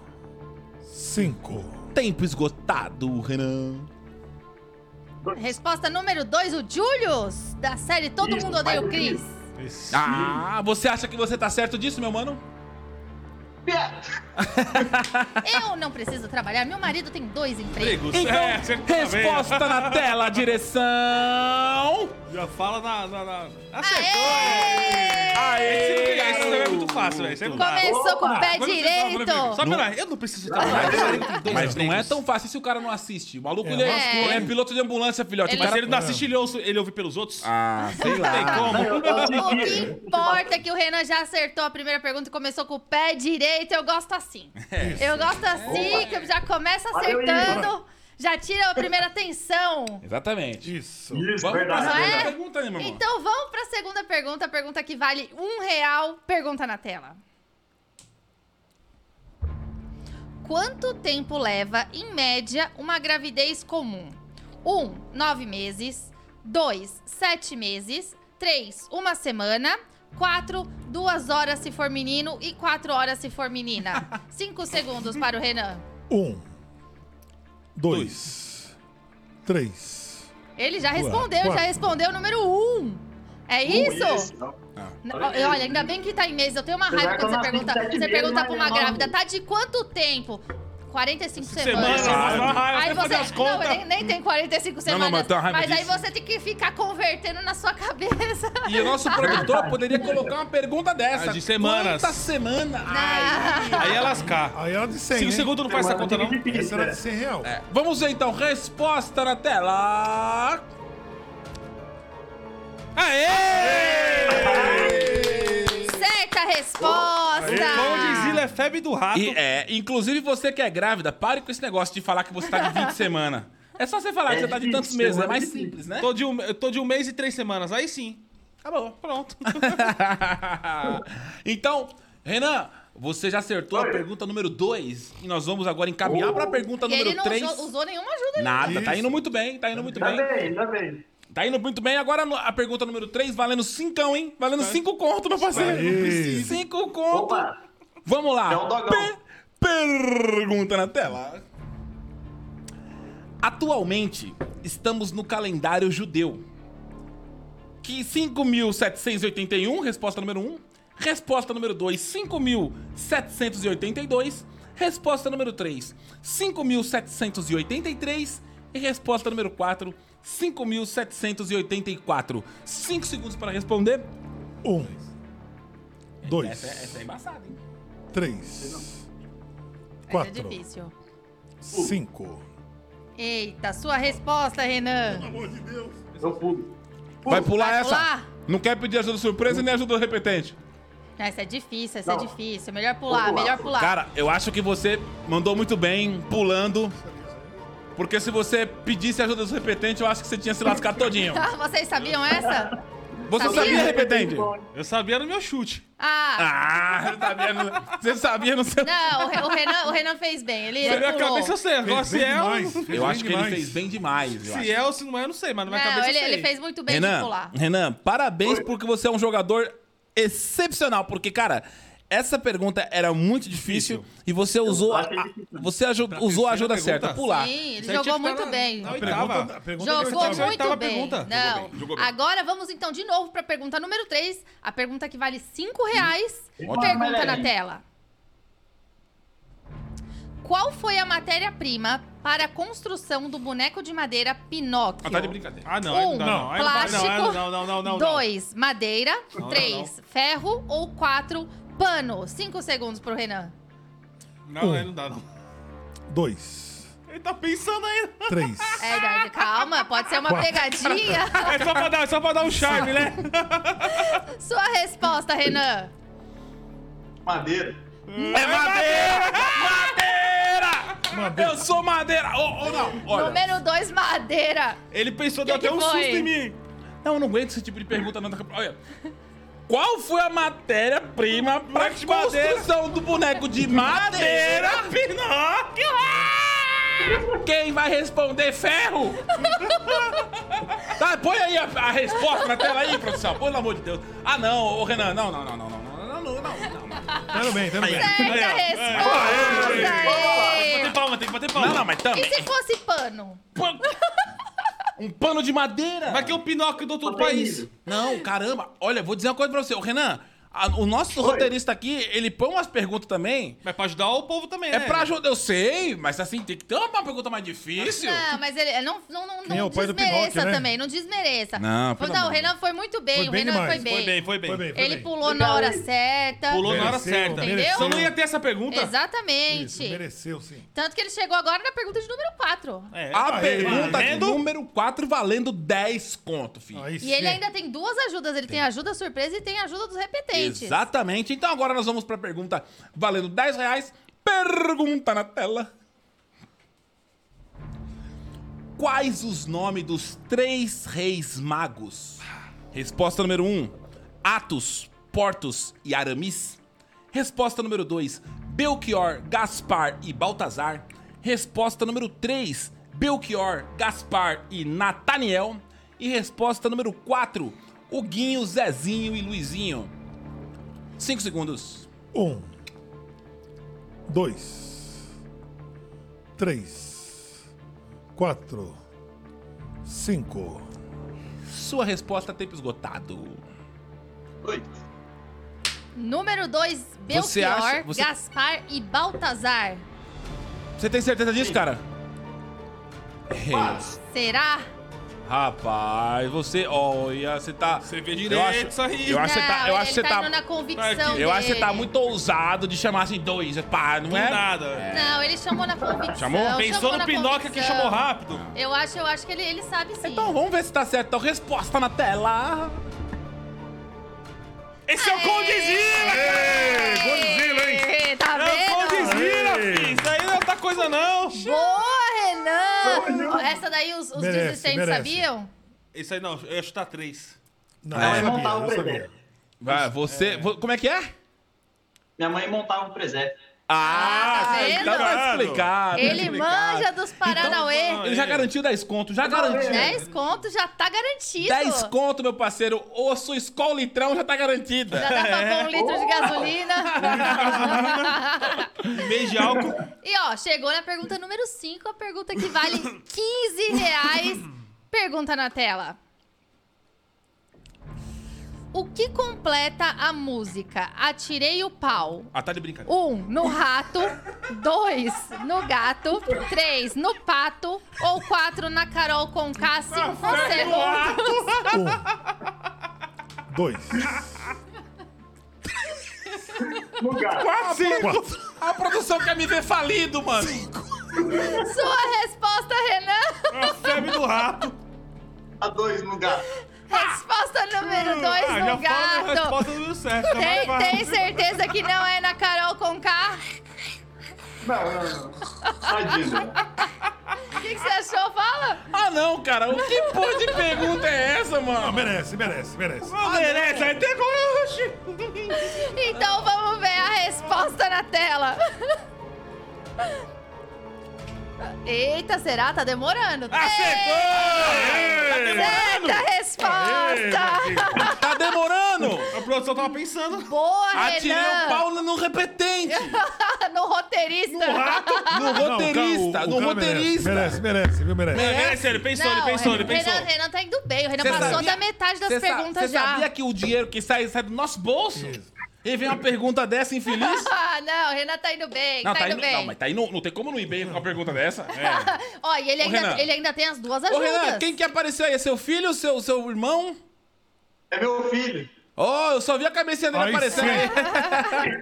cinco.
Tempo esgotado, Renan.
Resposta número 2, o Julius, da série Todo
Isso,
Mundo Odeia o
mais um
Chris.
Ah, você acha que você tá certo disso, meu mano?
Eu não preciso trabalhar, meu marido tem dois empregos.
Então,
É, acertou na veia.
resposta na tela, direção.
Já fala na. na- na- Acertou!
Aê!
Esse,
Aê!
esse também é muito fácil, velho. Isso aí não dá.
Começou com o pé
Quando você fala, eu
direito.
falei, Só
Não-
pela... Eu não preciso trabalhar. eu tenho 42
Mas não é
empregos.
tão fácil E se o cara não assiste. O maluco, ele, é,
É.
ele é piloto de ambulância, filhote.
Ele-
O
Mas
cara-
ele não assiste, ele, ouve, ele ouve pelos outros?
Ah, sei lá.
Tem como?
Eu
O que
consegui.
importa é que o Renan já acertou a primeira pergunta e começou com o pé direito. Eu gosto assim.
É
Eu gosto assim, que eu já começa
Valeu,
acertando, já tira a primeira tensão.
Exatamente.
Isso.
Vamos
Isso,
pra
verdade.
segunda
É?
pergunta aí, meu irmão.
Então vamos pra segunda pergunta, pergunta que vale um real. Pergunta na tela. Quanto tempo leva, em média, uma gravidez comum? 1. Um, nove meses. 2. Sete meses. 3. Uma semana. 4. Duas horas se for menino e quatro horas se for <laughs> menina. Cinco segundos para o Renan.
Um. Dois. Três.
Ele já respondeu,
quatro.
já respondeu o número 1. Um. É isso?
não.
Não, Olha, ainda bem que tá em mês. Eu tenho uma raiva quando você
Apesar que eu nasci
pergunta.
sete
Você
meses,
pergunta pra
mas
uma
não.
grávida, tá de quanto tempo? 45
Semana,
semanas.
semana, raio,
Aí
vai fazer as
você. Não,
contas.
nem, nem tem 45
Não,
semanas.
não, mas tem uma raiva
aí
disso.
você tem que ficar convertendo na sua cabeça.
E o nosso produtor poderia colocar uma pergunta dessa.
Ah, de semanas.
Quantas semanas?
Aí é lascar.
Aí era de cem,
Se o
né?
hein?
segundo não faz essa conta, não.
Essa
Difícil,
era
né?
de cem real.
É, Vamos ver então, resposta na tela.
<laughs> Certa Tá. resposta!
Condizila é febre do rato.
E, é, inclusive você que é grávida, pare com esse negócio de falar que você tá de 20 semanas. É só você falar que
É
você tá de
difícil,
tantos meses, é
semana
mais
é difícil.
simples, né?
Tô de, um, eu tô de um mês e três semanas. Aí sim. Acabou. Pronto.
<laughs> então, Renan, você já acertou a pergunta número 2 e nós vamos agora encaminhar pra pergunta
E ele
número
não
3.
usou, usou nenhuma ajuda. né?
Nada, tá
Isso.
indo muito bem, tá indo muito
Ainda
bem.
bem, ainda bem.
Tá indo muito bem. Agora no- a pergunta número 3, valendo 5, hein? Valendo 5 conto, meu parceiro.
Aí.
5 conto.
Opa!
Vamos lá.
É um dogão.
Pe- pergunta na tela. Atualmente, estamos no calendário judeu. Que 5.781, resposta número 1. Resposta número 2, 5.782. Resposta número 3, 5.783. E resposta número 4, 5.784. 5 segundos para responder.
Um.
Essa, é-
Dois.
essa é embaçada, hein?
Três.
Mas É
Quatro.
difícil.
Cinco.
Eita, sua resposta, Renan.
Eu pulo.
Vai pular
Uh, Vai
essa?
pular?
Não quer pedir ajuda surpresa e nem ajuda repetente.
Essa é difícil, essa é
Não.
difícil. Melhor pular,
pular.
melhor pular.
Cara, eu acho que você mandou muito bem pulando. Porque se você pedisse ajuda dos repetentes, eu acho que você tinha se lascado
<laughs>
todinho.
Ah, Vocês sabiam essa?
Você
Sabia?
sabia repetente?
Eu sabia no meu chute.
Ah,
Ah, você sabia, no- você sabia no seu...
não, o Re- o Renan, o Renan fez bem. Ele,
Na
ele
minha
pulou.
cabeça eu sei. Agora se é, ou-
Fez
um. Eu
bem
acho que ele
demais.
fez bem demais. eu acho.
<laughs> se é ou se não é, eu não sei, mas na minha
Não,
cabeça
ele,
eu sei.
ele fez muito bem de
Renan,
pular.
Renan, parabéns porque você é um jogador excepcional. Porque, cara, essa pergunta era muito difícil e você usou a, a- você aju- usou a ajuda
terceira pergunta?
certa, pular.
Sim, assim, ele
Isso aí tinha
jogou
que
muito
estar na-
bem.
Na oitava.
Jogou
oitava
muito bem.
pergunta.
Não. Agora vamos então de novo para a pergunta número 3, a pergunta que vale 5 reais. Pergunta na tela. Qual foi a matéria-prima para a construção do boneco de madeira Pinóquio?
Ah, tá de brincadeira.
Ah, não. aí
Um,
não, dá, não. Aí não dá,
plástico.
Não, não, não, não, não.
Dois, madeira.
não,
Três, ferro. Ou quatro, pano. Cinco segundos pro Renan.
Não, aí não dá, não.
Dois.
Ele tá pensando ainda.
Três.
<laughs> É, Eduardo, calma, pode ser uma pegadinha.
<laughs> É só pra dar, é só pra dar um charme, né?
Sua resposta, Renan.
Madeira.
É madeira! Madeira! Eu sou madeira! Ô, ô, não, olha.
Número 2, madeira.
Ele pensou,
Que
deu
que
até um
foi?
susto em mim.
Não, eu não aguento esse tipo de pergunta, não. Olha. Qual foi a matéria-prima pra
Boneco de madeira.
construção do boneco de madeira?
Pinóquio!
<laughs> Quem vai responder ferro? tá, põe aí a, a resposta na tela aí, produção. Pelo amor de Deus. Ah, não, ô Renan, não, não, não, não, não, não, não, não, não, não.
Tudo bem, tudo bem.
Certa
Aí, ó.
é.
resposta.
Tem
hein?
palma, tem que bater palma.
Não, não, mas
E
também.
se fosse pano?
Um pano de madeira?
Vai que é o Pinóquio do outro país.
Não, caramba. Olha, vou dizer uma coisa pra você. Ô, Renan, A- o nosso roteirista aqui, ele põe umas perguntas também.
Mas pra ajudar o povo também,
É
né?
pra ajudar, eu sei, mas assim, tem que ter uma pergunta mais difícil.
É.
Não, mas ele não, não, não,
Nem
não
o pai do
desmereça
Pinóquio, né?
também, não desmereça.
Não,
Foi-
pelo
não, o
amor.
Renan foi muito bem,
Foi
o
bem
Renan
demais.
foi bem.
Foi bem, foi bem.
Foi bem, foi
Ele
bem.
pulou na hora certa.
Pulou na hora
Mereceu,
certa.
mereceu.
Só não ia ter essa pergunta?
Exatamente.
Isso, mereceu, sim.
Tanto que ele chegou agora na pergunta de número 4.
É.
A
Aí,
pergunta de
valendo.
número 4 valendo 10 conto, filho.
Aí sim.
E ele ainda tem duas ajudas. Ele tem ajuda surpresa e tem ajuda dos repetentes.
Exatamente. Então agora nós vamos pra pergunta valendo 10 reais. Pergunta na tela. Quais os nomes dos três reis magos? Resposta número 1. Um, Atos, Portos e Aramis. Resposta número 2. Belchior, Gaspar e Baltazar. Resposta número 3. Belchior, Gaspar e Nataniel. E resposta número 4. Huguinho, Zezinho e Luizinho. 5 segundos.
Um. Dois. Três. Quatro. Cinco.
Sua resposta tempo esgotado.
Oi.
Número 2, Belchior,
Você acha- você-
Gaspar e Baltazar.
Você tem certeza disso, cara?
Quase.
Será?
Rapaz, você. Olha, você tá. Você
vê
Eu
direito
acho,
isso aí.
eu acho que você tá. Eu
ele
acho que você
tá
tá.
indo na convicção dele.
Eu acho que você tá muito ousado de chamar assim dois. Pá, não
Não
é?
é nada.
Não, ele chamou na convicção.
Chamou?
Pensou
na
no Pinóquio que
convicção.
chamou rápido.
Eu acho, eu acho que ele, ele sabe sim.
Então vamos ver se tá certo. Então, resposta na tela.
Esse é o Condizila!
Godzilla, hein?
Ê, Tá
É o
vendo?
Condizila, filho! Isso aí não é outra coisa, não!
Boa, Renan! Essa daí os, os
Merece,
desistentes
merece.
sabiam?
Isso aí não, eu ia chutar três.
Não,
Minha
eu
mãe montava
sabia,
um
eu sabia.
presépio.
Vai, você. vo- Como é que é?
Minha mãe montava um presépio.
Ah,
tá
você-
vendo?
então tá explicado.
Ele
explicado.
manja dos Paranauê.
Então,
Ele já garantiu 10 conto, já garantiu.
10 conto já tá garantido.
10 conto, meu parceiro. Ou sua escola litrão já tá garantida.
Já dá pra pôr um litro de gasolina.
<laughs> Em vez de álcool,
E ó, chegou na pergunta número 5, a pergunta que vale 15 reais. Pergunta na tela. O que completa a música Atirei o pau?
Ah, tá de brincadeira.
Um, no rato. Dois, no gato. Três, no pato. Ou quatro, na Carol com K. Cinco, segundos.
Um. Dois.
Lugar.
Quatro.
A produção quer me ver falido, mano.
Sua resposta,
É
Renan.
a febre do rato.
A Tá dois no gato.
Resposta número dois,
ah,
no
já fala a
gato.
resposta do certo. tá mais
Tem,
fácil.
tem certeza que não é na Carol com K?
Não, não, não. Tadinho.
<laughs> O que, que você achou? Fala!
Ah, não, cara. O que porra de pergunta é essa,
Não,
mano?
merece, merece, merece.
Não merece, aí
tá
tem coragem.
Então vamos ver a resposta na tela. Eita, será? Tá demorando.
Acertou!
Eita, resposta!
<laughs> Tá demorando.
A produção tava pensando.
Boa,
Atirei
Renan!
o pau no repetente.
<laughs> no roteirista.
No roteirista.
Não, o cara- o-
No
o cara
roteirista.
Merece, merece, viu? Merece.
Merece.
Merece, ele É, pensou, ele
Não,
pensou, ele
Renan,
pensou.
Renan, Renan tá indo bem. O Renan
Cê
passou
sabia-
da metade das
cê sa-
perguntas
cê
já.
sabia que o dinheiro que sai, sai do nosso bolso?
Isso.
E vem uma pergunta
<laughs>
dessa, infeliz?
Ah, não, o Renan tá indo bem,
Não,
tá,
tá
indo,
indo,
bem.
não, mas tá indo, não tem como não ir bem com uma pergunta dessa. É.
<laughs> Ó, e ele
Ô, Renan.
ainda, ele ainda tem as duas ajudas.
Ô, Renan, quem que apareceu aí? É seu filho, seu, seu irmão?
É meu filho.
Ó, eu só vi a cabecinha dele
Aí
aparecendo aí.
sim.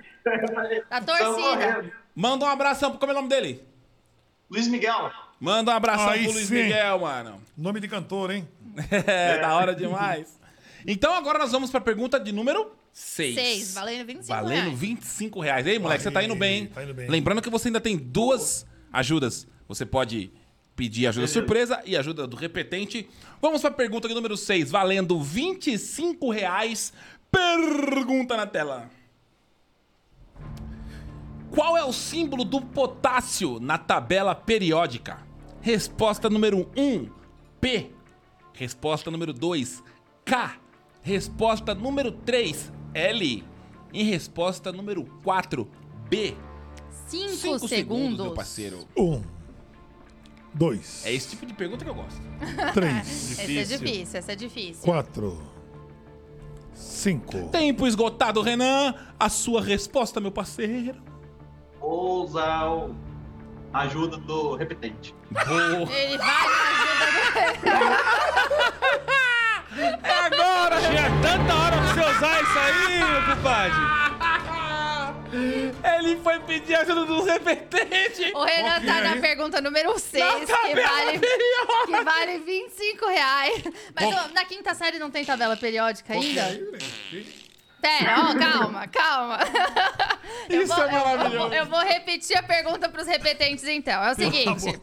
A
Tamo
torcida.
morrendo.
Manda um abração, pro- como é o nome dele?
Luiz Miguel.
Manda um abração
Aí
pro Luiz
sim.
Miguel, mano.
Nome de cantor, hein?
É, da hora demais. Então agora nós vamos pra pergunta de número 6.
Seis, valendo 25
Valendo
reais.
25 reais. Ei, moleque, você tá indo bem, hein?
Tá indo bem.
Lembrando que você ainda tem duas ajudas. Você pode pedir ajuda surpresa e ajuda do repetente. Vamos pra pergunta de número 6, valendo 25 reais. Pergunta na tela. Qual é o símbolo do potássio na tabela periódica? Resposta número 1, P. Resposta número 2, K. Resposta número 3, L. E resposta número 4, B.
Cinco,
Cinco
segundos.
meu parceiro.
Um. Dois.
É esse tipo de pergunta que eu gosto.
<laughs> É
Três.
Essa é difícil, essa é difícil.
Quatro. Cinco.
Tempo esgotado, Renan. A sua resposta, meu parceiro.
Vou usar o- a ajuda do repetente.
Boa.
Ele vai
<laughs>
na ajuda do...
É agora,
Tinha tanta hora pra você usar isso aí, meu compadre.
Ele foi pedir ajuda do repetente.
O Renan
Ok,
tá na
aí.
pergunta número 6, que
tabela
vale...
periódica.
Que vale 25 reais. Mas ô, na quinta série não tem tabela periódica ainda? Pera, ó, calma,
<laughs>
calma. Eu
Isso é maravilhoso.
Eu vou, eu vou repetir a pergunta pros repetentes, então. É o seguinte.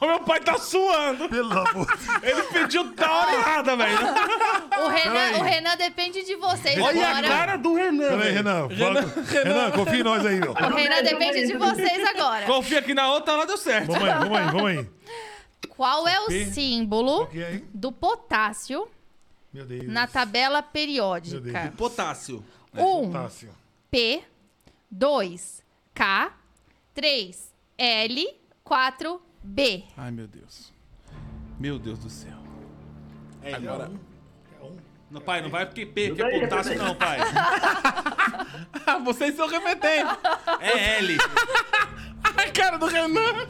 O meu pai tá suando.
Pelo amor de Deus.
Ele pediu da hora errada, velho.
O Renan, o Renan depende de vocês
Olha a
agora.
cara do Renan.
Peraí,
velho.
Renan. fala-
Renan,
Renan, confia em nós aí, ó.
O Renan depende de vocês agora.
Confia que na outra ela deu certo.
Vamos aí, vamos aí, vamos aí.
Qual é o símbolo
Ok, hein?
do potássio
Meu Deus.
na um. tabela
Meu Deus.
periódica?
Potássio.
1,
Tássio.
P, 2, K, 3, L, 4, B.
Ai, meu Deus. Meu Deus do céu. É, agora.
Não, pai, não vai porque P, que
Daí,
é potássio,
daí.
não, <laughs> pai.
Ah, vocês são repetentes.
É L.
A cara do Renan.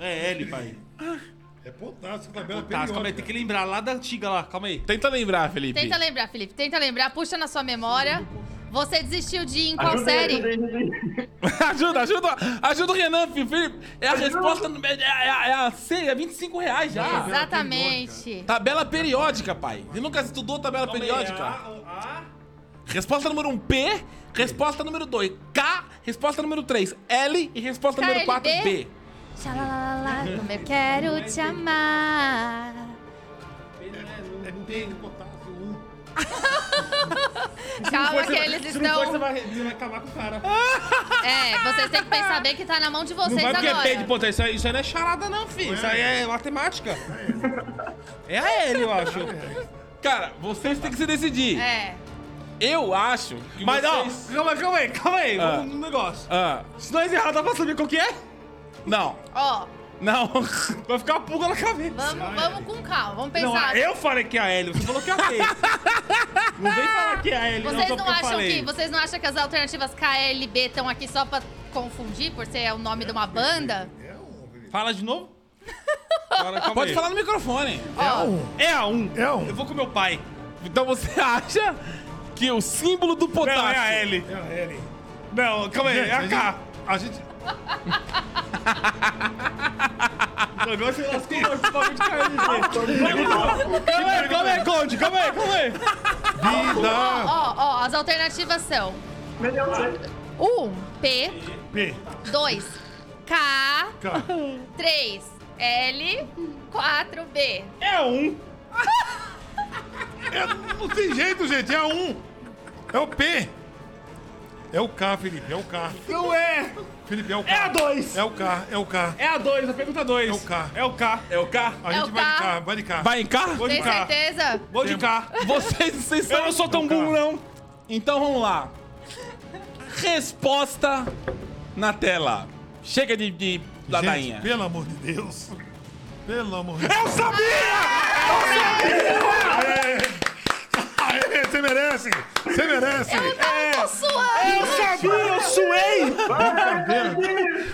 É L, pai.
É potássio, tabela
Tá, calma aí, tem
periódica.
que lembrar lá da antiga lá, calma aí.
Tenta lembrar, Felipe.
Tenta lembrar, Felipe. Tenta lembrar. Puxa na sua memória. Você desistiu de ir em qual
Ajuda aí,
série?
ajuda aí, né? ajuda aí.
<laughs> ajuda, ajuda. Ajuda o Renan, Felipe. Felipe, É a resposta. no- É, é, é, é a C, é 25 reais já.
Exatamente.
Tabela periódica, pai. Você nunca estudou tabela periódica? Resposta número 1, P. Resposta número 2, K. Resposta número 3, L. E resposta
K,
número
L,
4,
B.
B.
Tchalalala, como eu quero te amar.
É P, potássio, um.
Calma que eles estão.
vai, acabar com o cara.
É, vocês têm que pensar bem que tá na mão de
Não
vocês
vai porque é P de
agora.
potássio. Isso aí, isso aí não é charada, não, filho. Isso aí é matemática. É a L, eu acho.
Cara, vocês têm que se decidir.
É.
Eu acho que
Mas, ó,
vocês...
calma, calma aí, calma aí.
Ah.
Vamos no negócio.
Ah,
Se nós errar, dá pra saber qual que é?
não,
Ó,
não.
<laughs> Vai ficar uma pulga na cabeça.
vamos, vamos com calma. Vamos
é. Não,
pensar.
eu falei que é a L, você falou que é a
<laughs>
P. não vem falar que é a L,
Vocês
não, só
não
porque eu
acham
falei.
que vocês não acham que as alternativas K, L, B estão aqui só pra confundir por ser o nome de uma banda?
Fala de
<laughs>
novo. Fala, calma
Pode
aí.
falar no microfone.
É a 1.
É um.
Eu vou com meu pai.
Então
<laughs>
você acha que o símbolo do potássio...
Não, é a L.
É a L.
Não, calma aí, é a K.
A gente...
<laughs> Agora você lascou principalmente com a L. Calma aí, calma aí, Conde, calma aí, calma aí. É.
Vida.
Ó, ó, as alternativas são
Meu Deus do céu.
1, P,
P.
2, K,
K.
3, L, 4, B.
É a 1.
É, não tem jeito, gente. É um. É o P. É o K, Felipe. É o K.
Não é.
Felipe, é o K.
É a 2.
É o K. É o K.
É a 2, a pergunta 2.
É o K.
É o K.
É o K?
A
É
gente
o
vai
K.
de K. Vai de K.
Vai em K?
Vou de
Tem
K.
certeza?
Vou de K.
Vocês, vocês
Eu
são...
não sou tão burro, não.
Então vamos lá. Resposta na tela. Chega de, de ladainha.
Gente, pelo amor de Deus. Pelo amor de Deus.
Eu sabia!
Aê, você merece. Você merece.
Eu não tô
Eu
suando!
sabia, eu suei! É.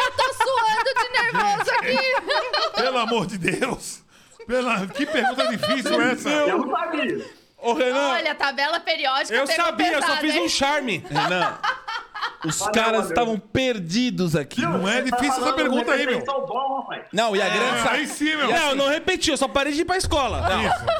Eu tô suando de nervoso
<laughs>
aqui!
Pelo amor de Deus. Pela... Que pergunta difícil essa.
Eu não sabia.
Ô, Renan,
Olha, tabela periódica
Eu
pegou
sabia, eu só
pesado,
fiz um
hein?
charme.
Renan, os caras
valeu.
estavam perdidos aqui.
Não é
Você tá
difícil essa
falando
pergunta aí, meu.
repetição Bom, rapaz.
Não, e a grande
É,
sa-
aí sim, meu.
E assim,
Não, eu não repeti, eu só parei de ir pra escola.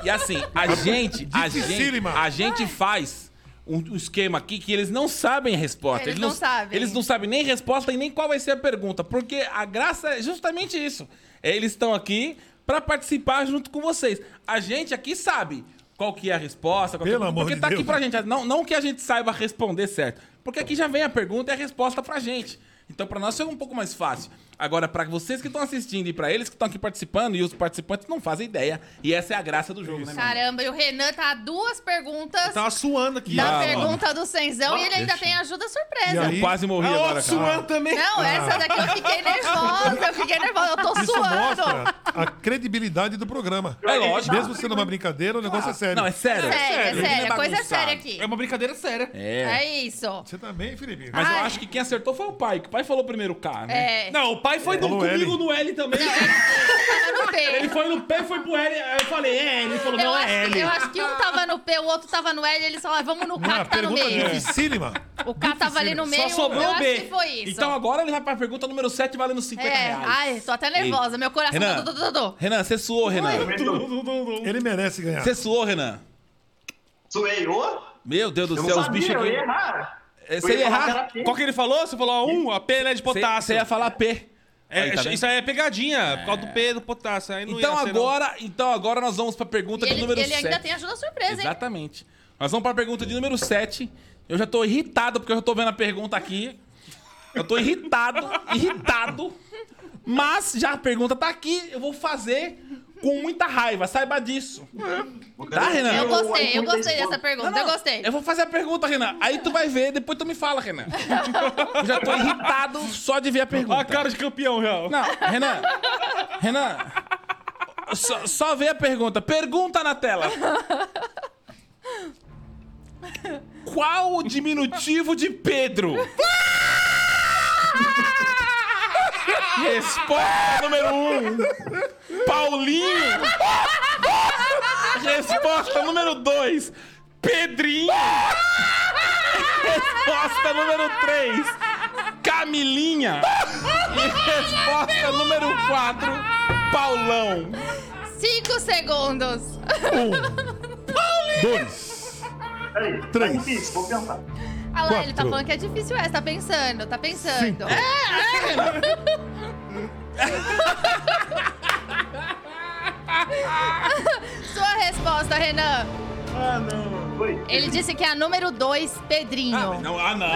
E assim, a gente, a gente,
É Dificílima.
a gente faz um, um esquema aqui que eles não sabem a resposta.
Eles não sabem.
Eles não sabem nem resposta e nem qual vai ser a pergunta, porque a graça é justamente isso. Eles estão aqui pra participar junto com vocês. A gente aqui sabe qual que é a resposta, qual que é-
Pelo amor
porque
de
tá aqui
Deus.
pra gente, não, não que a gente saiba responder certo, porque aqui já vem a pergunta e a resposta pra gente. Então pra nós é um pouco mais fácil. Agora pra vocês que estão assistindo e pra eles que estão aqui participando e os participantes não fazem ideia. E essa é a graça do jogo, né, mano?
Caramba, e o Renan tá a duas perguntas
Eu tava suando aqui.
da
Ah,
pergunta do Senzão e ele ainda tem ajuda surpresa.
E
Eu
aí?
quase morri
Ah,
agora,
outro
cara.
suando também.
Não, essa daqui eu fiquei nervosa, eu fiquei nervosa, eu tô
Isso
suando.
mostra a credibilidade do programa.
É
tá
lógico.
Mesmo sendo uma brincadeira, o negócio é sério.
Não, é sério.
Sério, é sério. A coisa é
bagunçado.
séria aqui.
É uma brincadeira séria.
É.
É isso. Ah,
Você também, Felipe?
Mas eu
Ai.
acho que quem acertou foi o pai, que o pai falou primeiro o K, né?
É.
Não, o pai foi no-
Falou
comigo
L.
no L também.
Tava no P.
Ele foi no P, foi pro L. Aí eu falei, é, ele falou,
Eu
não
acho,
é L.
eu acho que um tava no P, o outro tava no L, eles falaram, vamos no K
é Uma
que tá no
pergunta
meio.
dificílima.
O K tava ali no meio,
Só sobrou
eu
o
acho
B.
que foi isso.
Então agora ele vai pra pergunta número 7, valendo 50
é,
reais.
ai, tô até nervosa, meu coração...
Renan.
Du, du, du, du, du.
Renan, você suou, Renan.
Ele merece ganhar.
Você suou, Renan.
Suei, ô?
Meu Deus do
Eu
céu,
não
os bichos
sabia, eu ia
aqui.
errar.
É,
Eu
Você
ia
ia
falar
errar.
que era
Qual que ele falou? Você falou, a um, a P ele é de
Você
potássio.
você ia falar P.
É,
Aí, tá vendo?
isso aí é pegadinha, por causa do P do potássio. Aí não
Então
ia ser, não.
agora, então agora nós vamos pra pergunta
E
de
ele,
número
ele
7.
ainda tem ajuda surpresa, hein?
Exatamente. Nós vamos pra pergunta de número 7. Eu já tô irritado porque eu já tô vendo a pergunta aqui. Eu tô irritado, <laughs> irritado. Mas já a pergunta tá aqui, eu vou fazer com muita raiva, saiba disso.
É.
Tá, Renan?
Eu gostei, eu
Eu-
gostei dessa pergunta,
Não,
eu gostei.
Eu vou fazer a pergunta, Renan. Aí tu vai ver, depois tu me fala, Renan. Eu já tô irritado só de ver a pergunta.
Olha a cara de campeão, real.
Não, Renan. Renan. Só, só vê a pergunta. Pergunta na tela. Qual o diminutivo de Pedro? Resposta número um. Paulinho. Resposta número dois. Pedrinho. Resposta número três. Camilinha. Resposta número 4, Paulão.
Cinco segundos.
Dois.
Peraí, tá
Três.
difícil, vou pensar.
Ah lá, ele tá
Quatro.
falando que é difícil essa, tá pensando, tá pensando. é. <laughs> Sua resposta, Renan.
Oi.
Ele disse que é a número 2, Pedrinho.
Não, ah, não.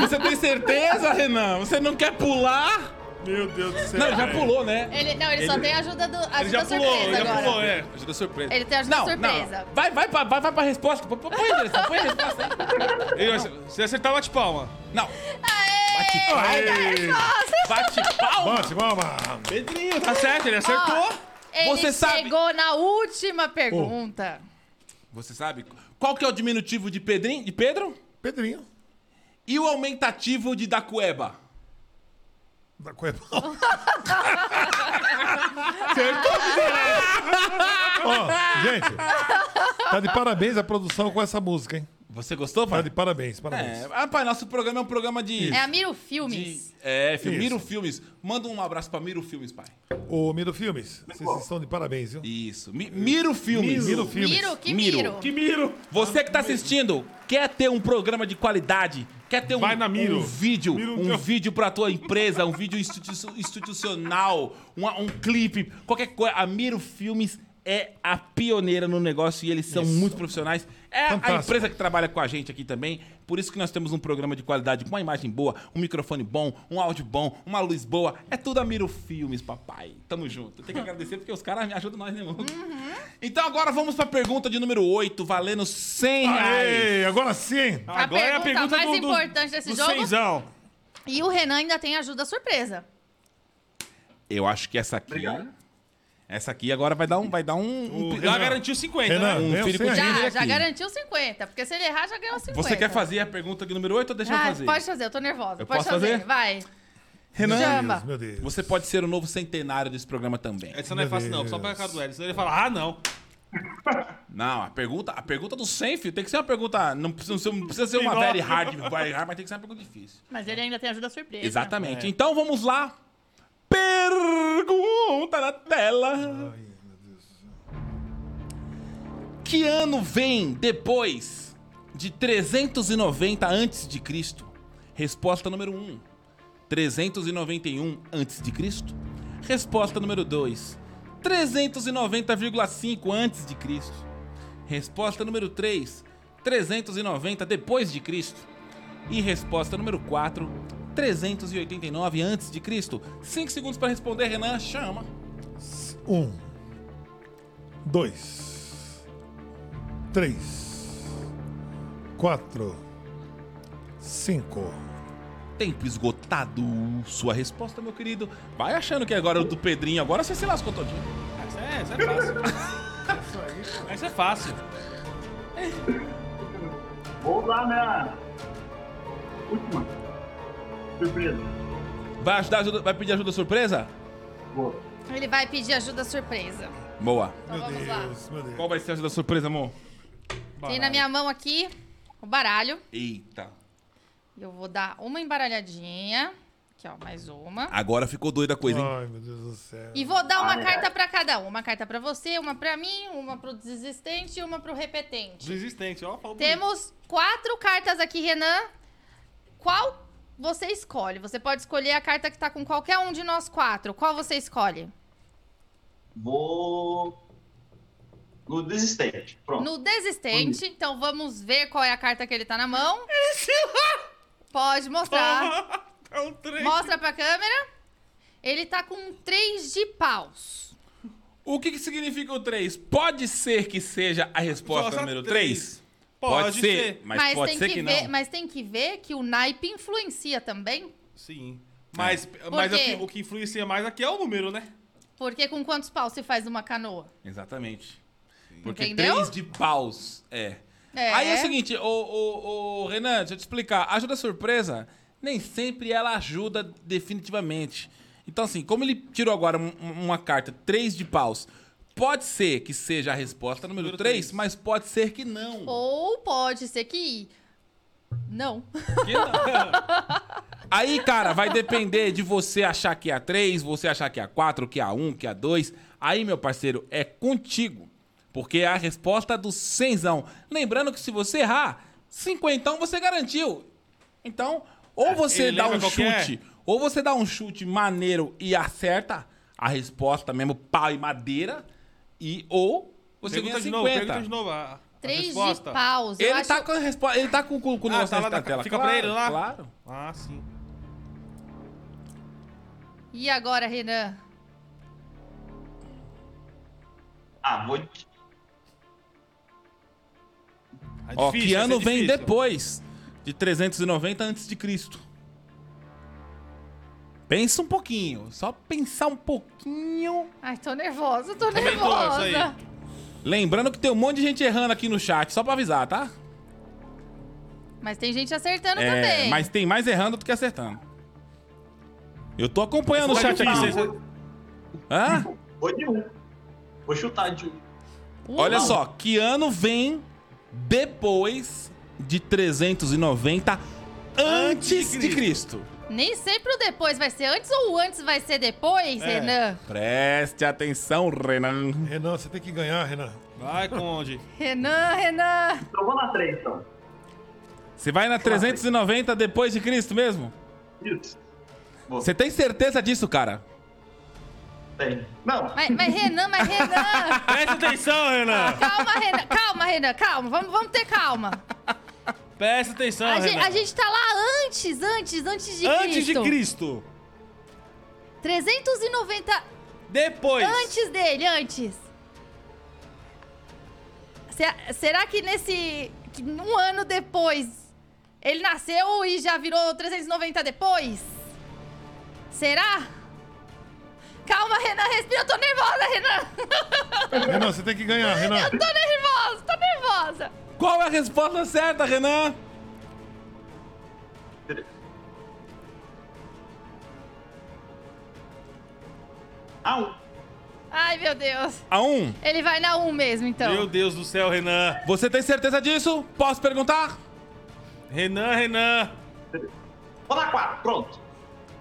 Você tem certeza, Renan? Você não quer pular?
Meu Deus do céu.
Não, já pulou, né?
Ele, não, ele, só tem ajuda do ajuda
Ele já
surpresa
pulou, ele já
agora.
pulou, é.
Ajuda surpresa.
Ele tem ajuda
Não,
surpresa.
não. Vai, vai, pra, vai, vai pra resposta. Põe, põe a resposta, põe a resposta aí.
Ele- Se acertar, bate palma.
Não,
Aê!
Aê.
bate pau.
Vamos, vamos.
Pedrinho, tá certo, ele acertou.
Ele
Você sabe-
chegou na última pergunta.
Você sabe qual que é o diminutivo de Pedrinho, de Pedro?
Pedrinho.
E o aumentativo de da cueba?
Da Cueva.
<laughs>
Ó, gente, tá de parabéns a produção com essa música, hein?
Você gostou,
Tá
pai?
de parabéns,
É,
parabéns.
rapaz, nosso programa é um programa de...
É a Miro
de-
Filmes.
é, filho,
Isso.
Miro Filmes. Manda um abraço pra Miro Filmes, pai.
Ô, Miro Filmes, vocês estão de parabéns, viu?
Isso. Mi- Miro Filmes.
Miro Filmes.
Miro, que
Miro.
Miro.
Que miro.
Você que tá assistindo, quer ter um programa de qualidade, quer ter um,
Vai na Miro.
um vídeo, um
teu-
vídeo pra tua empresa, um vídeo institu- institucional, um, um clipe, qualquer coisa. A Miro Filmes é a pioneira no negócio e eles são muito profissionais. É a
Fantástico.
empresa que trabalha com a gente aqui também. Por isso que nós temos um programa de qualidade com uma imagem boa, um microfone bom, um áudio bom, uma luz boa. É tudo a Miro Filmes, papai. Tamo junto. Tem que agradecer porque os caras ajudam nós, né,
Uhum.
mano? Então agora vamos pra pergunta de número 8, valendo 100 reais.
Aê, agora sim.
A pergunta mais importante desse
do
jogo.
Seizão.
E o Renan ainda tem ajuda surpresa.
Eu acho que essa aqui. Essa aqui agora vai dar um. Vai dar um. um-
Já garantiu 50,
Renan,
né?
um
ganhou
filho com
cem aí.
ele
Já, já
aqui.
garantiu 50, porque se ele errar, já ganhou 50.
Você quer fazer a pergunta aqui número 8 ou deixa eu
Ah,
fazer?
tá. Pode fazer, eu tô nervosa.
Eu
pode
posso
fazer?
fazer?
vai.
Meu Deus,
Chama.
Meu Deus.
Você pode ser o novo centenário desse programa também.
Essa não é fácil, não. Só pega a cara do L. Senão ele fala, ah, não.
Não, a pergunta, a pergunta do 100, filho, tem que ser uma pergunta. Não precisa, não precisa- não precisa ser uma
Igual.
very hard, very hard, mas tem que ser uma pergunta difícil.
Mas ele ainda tem ajuda surpresa.
Exatamente. Então vamos lá. Pergunta na tela. Que ano vem depois de 390 antes de Cristo? Resposta número 1. 391 antes de Cristo? Resposta número 2. 390,5 antes de Cristo. Resposta número 3. 390 depois de Cristo. E resposta número 4, 389 antes de Cristo. 5 segundos para responder, Renan, chama.
Um. Dois. Três. Quatro. Cinco.
tempo esgotado. Sua resposta, meu querido. Vai achando que agora é o do Pedrinho. Agora você se lascou todinho.
Ah, Isso é, isso é fácil. Isso é fácil.
Vou lá na última surpresa.
Vai, ajudar, ajuda- vai pedir ajuda surpresa?
Vou.
Ele vai pedir ajuda surpresa.
Boa.
Então vamos lá.
meu Deus.
Qual vai ser a ajuda surpresa, amor?
Tem na minha mão aqui o baralho.
Eita.
Eu vou dar uma embaralhadinha. Aqui, ó, mais uma.
Agora ficou doida a coisa, hein?
Ai, meu Deus do céu.
E vou dar uma
Ah, é.
carta pra cada um. Uma carta pra você, uma pra mim, uma pro desistente e uma pro repetente.
Desistente, ó. falou bonito.
Temos quatro cartas aqui, Renan. Qual você escolhe? Você pode escolher a carta que tá com qualquer um de nós quatro. Qual você escolhe?
Vou. No desistente. Pronto.
No desistente, então vamos ver qual é a carta que ele tá na mão.
é
Pode mostrar.
<laughs> É um trem.
Mostra pra câmera. Ele tá com três de paus.
O que, que significa o 3? Pode ser que seja a resposta
Nossa,
número
três.
3?
Pode ser.
mas, pode ser que,
ver,
não.
mas tem que ver que o naipe influencia também.
Sim. Mas, mas
É. quê?
assim, o que influencia mais aqui é o número,
<laughs>
né?
Porque com quantos paus se faz uma canoa?
Exatamente. Porque
Entendeu?
três de paus. É.
É.
Aí é o seguinte, ô, ô, ô, Renan, deixa eu te explicar. A Ajuda surpresa, nem sempre ela ajuda definitivamente. Então, assim, como ele tirou agora um- um- uma carta, três de paus, pode ser que seja a resposta número
Número
3,
três.
mas pode ser que não.
Ou pode ser que. Não.
Que não? Aí, cara, vai depender de você achar que é a 3, você achar que é a 4, que é a 1, que é a 2. Aí, meu parceiro, é contigo. Porque é a resposta do cenzão. Lembrando que se você errar, cinquentão você garantiu. Então, ou você
ele
dá
lembra
um
qual que é?
chute, ou você dá um chute maneiro e acerta a resposta mesmo, pau e madeira, e ou você
Pergunta de
ganha
novo,
50.
pergunta de novo a, a
é Três
resposta.
de paus. Eu
Ele,
acho...
tá com a resposta, ele tá com o com o
Ah,
negócio
tá lá
na
na-
tela.
fica pra
claro,
ele lá?
Claro.
Ah, sim.
E agora, Renan?
Ah, vou.
É
Ó,
difícil,
que
essa é
ano vem
difícil.
depois de 390 antes de Cristo. Pensa um pouquinho, só pensar um pouquinho.
Ai, tô nervosa, tô
Também tô, isso
nervosa.
aí.
Lembrando que tem um monte de gente errando aqui no chat, só pra avisar, tá?
Mas tem gente acertando
É,
também.
mas tem mais errando do que acertando. Eu tô acompanhando o
Tá
chat aqui.
difícil,
vocês-
essa-
Hã?
Vou de um. Vou chutar de um.
Uma.
Olha só, que ano vem depois de 390 antes de Cristo?
Nem sempre o depois vai ser antes ou o antes vai ser depois, Renan?
Preste atenção, Renan.
Renan, você tem que ganhar, Renan.
Vai, Conde.
Renan, Renan.
Então vou na três, então.
Você vai na 390 depois de Cristo mesmo?
Isso.
Você tem certeza disso, cara?
Tem. Não.
Mas, mas Renan, mas
<laughs>
Renan.
Presta atenção, Renan.
Calma, Renan. Calma, Renan. Calma. Vamos, vamos ter calma.
Presta atenção,
A, gente,
Renan.
a gente tá lá antes, antes, antes de
Antes
Cristo.
de Cristo.
390
Depois.
antes dele, antes. Se- será que nesse. que um ano depois. Ele nasceu e já virou 390 depois? Será? Calma, Renan, respira, eu tô nervosa, Renan! <laughs>
Renan, você tem que ganhar, Renan.
Tô nervosa, tô nervosa!
Qual é a resposta certa, Renan?
Ah, um.
Ai, meu Deus.
A 1.
Ele vai na 1 mesmo, então.
Meu Deus do céu, Renan.
Você tem certeza disso? Posso perguntar?
Renan, Renan.
Vou na quatro. Pronto.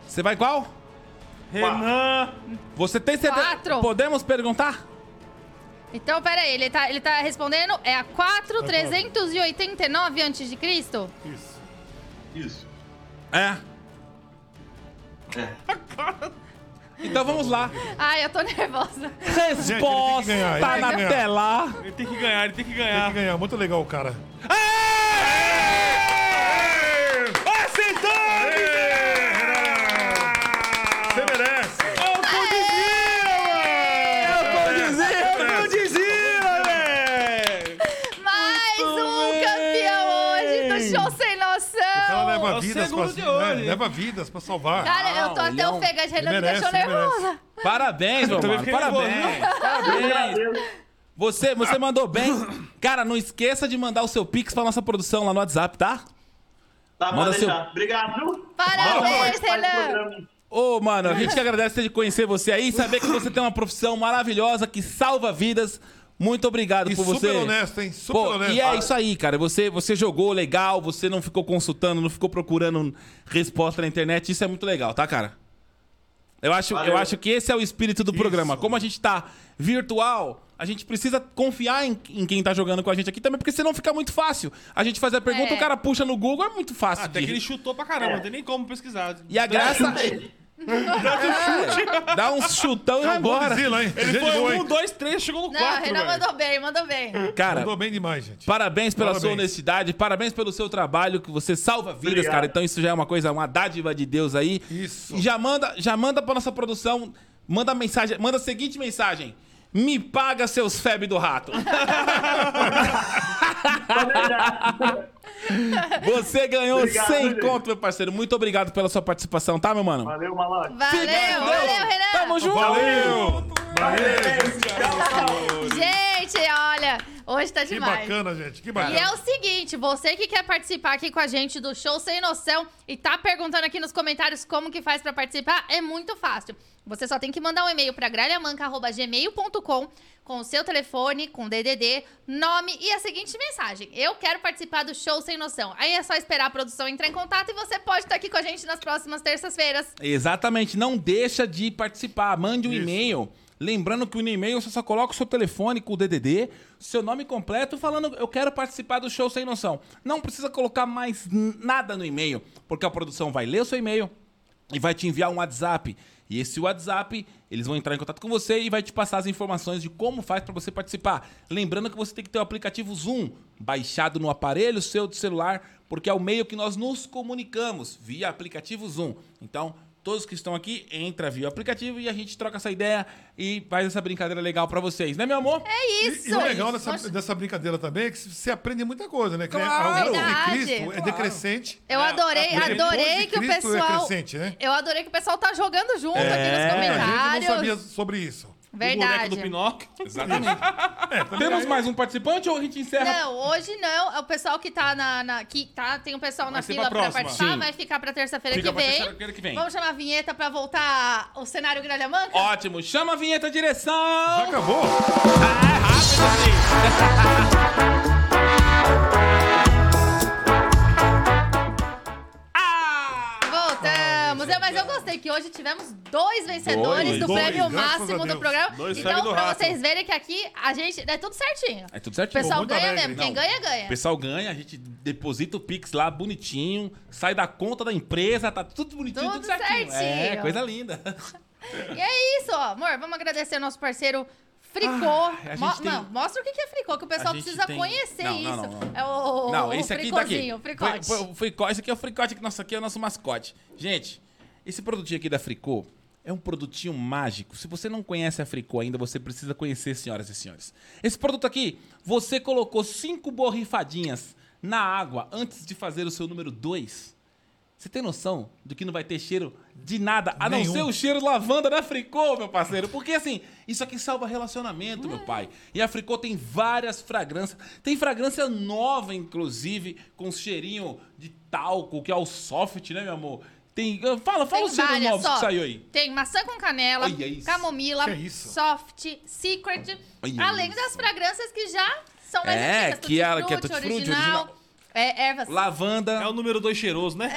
Você vai qual?
Renan.
Você tem certeza?
Quatro.
Podemos perguntar?
Então, pera aí, ele tá, ele tá respondendo. É a 4,389 antes de Cristo?
Isso.
Isso.
É.
É.
Então vamos lá.
Ai, eu tô nervosa.
ele tem que
Resposta
ganhar, ele
tá
tem que
na
ganhar.
tela.
Ele tem que ganhar, Ah, ele tem que
Tem
ganhar.
que ganhar. Muito legal, cara.
Acertou!
Ah.
Você merece.
Mais um campeão hoje do Show Sem Noção!
Ela
é
leva
o
vidas pra,
segundo de olho,
né,
hein?
Renan? Leva vidas pra salvar.
Cara, eu tô
Não, ele
até
é um-
ofega de Renan,
ele
me
merece,
deixou
ele merece.
nervosa.
Parabéns, meu
também
mano.
fiquei
Parabéns. Parabéns. Você, você mandou bem. Cara, não esqueça de mandar o seu pix pra nossa produção lá no WhatsApp, tá?
Tá,
Manda
pode
seu-
deixar. Obrigado, viu?
Parabéns,
Faz o
Renan.
programa.
Ô, mano, a gente que agradece ter de conhecer você aí, saber que você tem uma profissão maravilhosa que salva vidas. Muito obrigado
E
por
super
você.
né?
honesto, hein? Super
Pô,
honesto.
e
Ah.
é isso aí, cara. Você, você jogou legal, você não ficou consultando, não ficou procurando resposta na internet. Isso é muito legal, tá, cara? Eu acho, eu
Valeu.
acho que esse é o espírito do programa. Como a gente tá virtual, a gente precisa confiar em, em quem tá jogando com a gente aqui também, porque senão fica muito fácil. A gente faz a pergunta,
É.
o cara puxa no Google, é muito fácil.
Até
de-
que ele chutou pra caramba, não tem nem como pesquisar.
E a graça. <laughs> É, Dá um chutão e vai embora.
Godzilla, hein?
Ele
Gente
foi
boa, hein?
um, dois, três, chegou no
Não,
quarto,
Renan
velho.
mandou bem, mandou bem.
Cara,
Mandou bem demais, gente.
parabéns pela sua
Parabéns.
honestidade, parabéns pelo seu trabalho, que você salva vidas,
Obrigado.
cara. Então isso já é uma coisa, uma dádiva de Deus aí.
Isso.
E já manda, já manda pra nossa produção, manda mensagem, manda a seguinte mensagem. Me paga seus feb do
<laughs>
rato. Você ganhou
Obrigado,
100
gente.
conto, meu parceiro. Muito obrigado pela sua participação, tá, meu mano?
Valeu, malandro.
Valeu,
Fica com Deus.
valeu, Renan.
Tamo junto.
Valeu!
Gente, olha, hoje tá
Que
demais.
bacana, gente. Que
E é
bacana.
o seguinte, você que quer participar aqui com a gente do show Sem Noção e tá perguntando aqui nos comentários como que faz pra participar, é muito fácil. Você só tem que mandar um e-mail pra gralhamanca.gmail.com com o seu telefone, com DDD, nome e a seguinte mensagem. Eu quero participar do show Sem Noção. Aí é só esperar a produção entrar em contato e você pode estar aqui com a gente nas próximas terças-feiras.
Exatamente, não deixa de participar. Mande um
Isso.
e-mail. Lembrando que no e-mail você só coloca o seu telefone com o DDD, seu nome completo, falando eu quero participar do show sem noção. Não precisa colocar mais n- nada no e-mail, porque a produção vai ler o seu e-mail e vai te enviar um WhatsApp. E esse WhatsApp, eles vão entrar em contato com você e vai te passar as informações de como faz para você participar. Lembrando que você tem que ter o aplicativo Zoom baixado no aparelho seu de celular, porque é o meio que nós nos comunicamos via aplicativo Zoom. Então, todos que estão aqui, entra via o aplicativo e a gente troca essa ideia e faz essa brincadeira legal para vocês, né, meu amor?
É
E,
isso!
e o legal dessa,
Nossa,
dessa brincadeira também é que você aprende muita coisa, né? Que
Claro!
a volta de
Verdade.
Cristo é decrescente.
Eu adorei,
depois de
adorei que o
Cristo é
pessoal.
crescente, né?
Eu adorei que o pessoal tá jogando junto aqui nos
É, a gente
comentários.
não sabia sobre isso.
O boneco do
Verdade.
Pinóquio.
Temos mais um participante ou a gente encerra?
Não, hoje não. É O pessoal que tá na. na- que tá, tem um pessoal na
ser
fila
pra
pra,
próxima.
participar,
Sim.
vai ficar pra terça-feira
Fica
que,
pra
vem.
terça-feira que vem.
Vamos chamar a vinheta pra voltar o cenário Gralha Manca?
Ótimo, chama a vinheta direção!
Já acabou?
Voltamos! Eu- mas eu gostei que hoje tivemos dois vencedores
Dois,
do
dois,
prêmio
graças a
máximo
Deus.
do programa.
Dois
então,
prêmio do
pra
rato.
vocês verem que aqui a gente. É tudo certinho.
É tudo
O
certinho.
pessoal
muito
ganha
alegre.
mesmo. Quem
Não.
ganha,
O
ganha.
pessoal ganha, a gente deposita o Pix lá bonitinho, sai da conta da empresa, tá tudo bonitinho, tudo,
Tudo
certinho. É,
certinho.
coisa linda. <laughs>
E é isso, ó. amor. Vamos agradecer ao nosso parceiro Fricô.
Ah, a gente
Mo-
tem-
não, mostra o que que é Fricô, que o pessoal
A gente
precisa
tem-
conhecer
Não,
isso.
não, não, não.
É o,
Não,
o
esse aqui tá aqui.
fricôzinho, o fricote.
Foi- foi- foi co- esse aqui é o fricote, que nosso aqui é o nosso mascote. Gente, esse produtinho aqui da Fricô é um produtinho mágico. Se você não conhece a Fricô ainda, você precisa conhecer, senhoras e senhores. Esse produto aqui, você colocou cinco borrifadinhas na água antes de fazer o seu número 2. Você tem noção de que não vai ter cheiro de nada, a não
Nenhum.
ser o cheiro de lavanda da Fricô, meu parceiro? Porque assim, isso aqui salva relacionamento, meu pai. E a Fricô tem várias fragrâncias. Tem fragrância nova, inclusive, com cheirinho de talco, que é o soft, né, meu amor? Tem. Fala, fala os cheiros novos
ó.
que saiu aí.
Tem maçã com canela,
Olha isso.
camomila,
Que é isso.
soft, secret.
Olha
além
isso.
das fragrâncias que já são mais
É,
antigas.
que é-
Tutti
que é
Frutti,
Tutti Frutti, original.
É, ervas.
É
Lavanda.
o número dois cheiroso, né?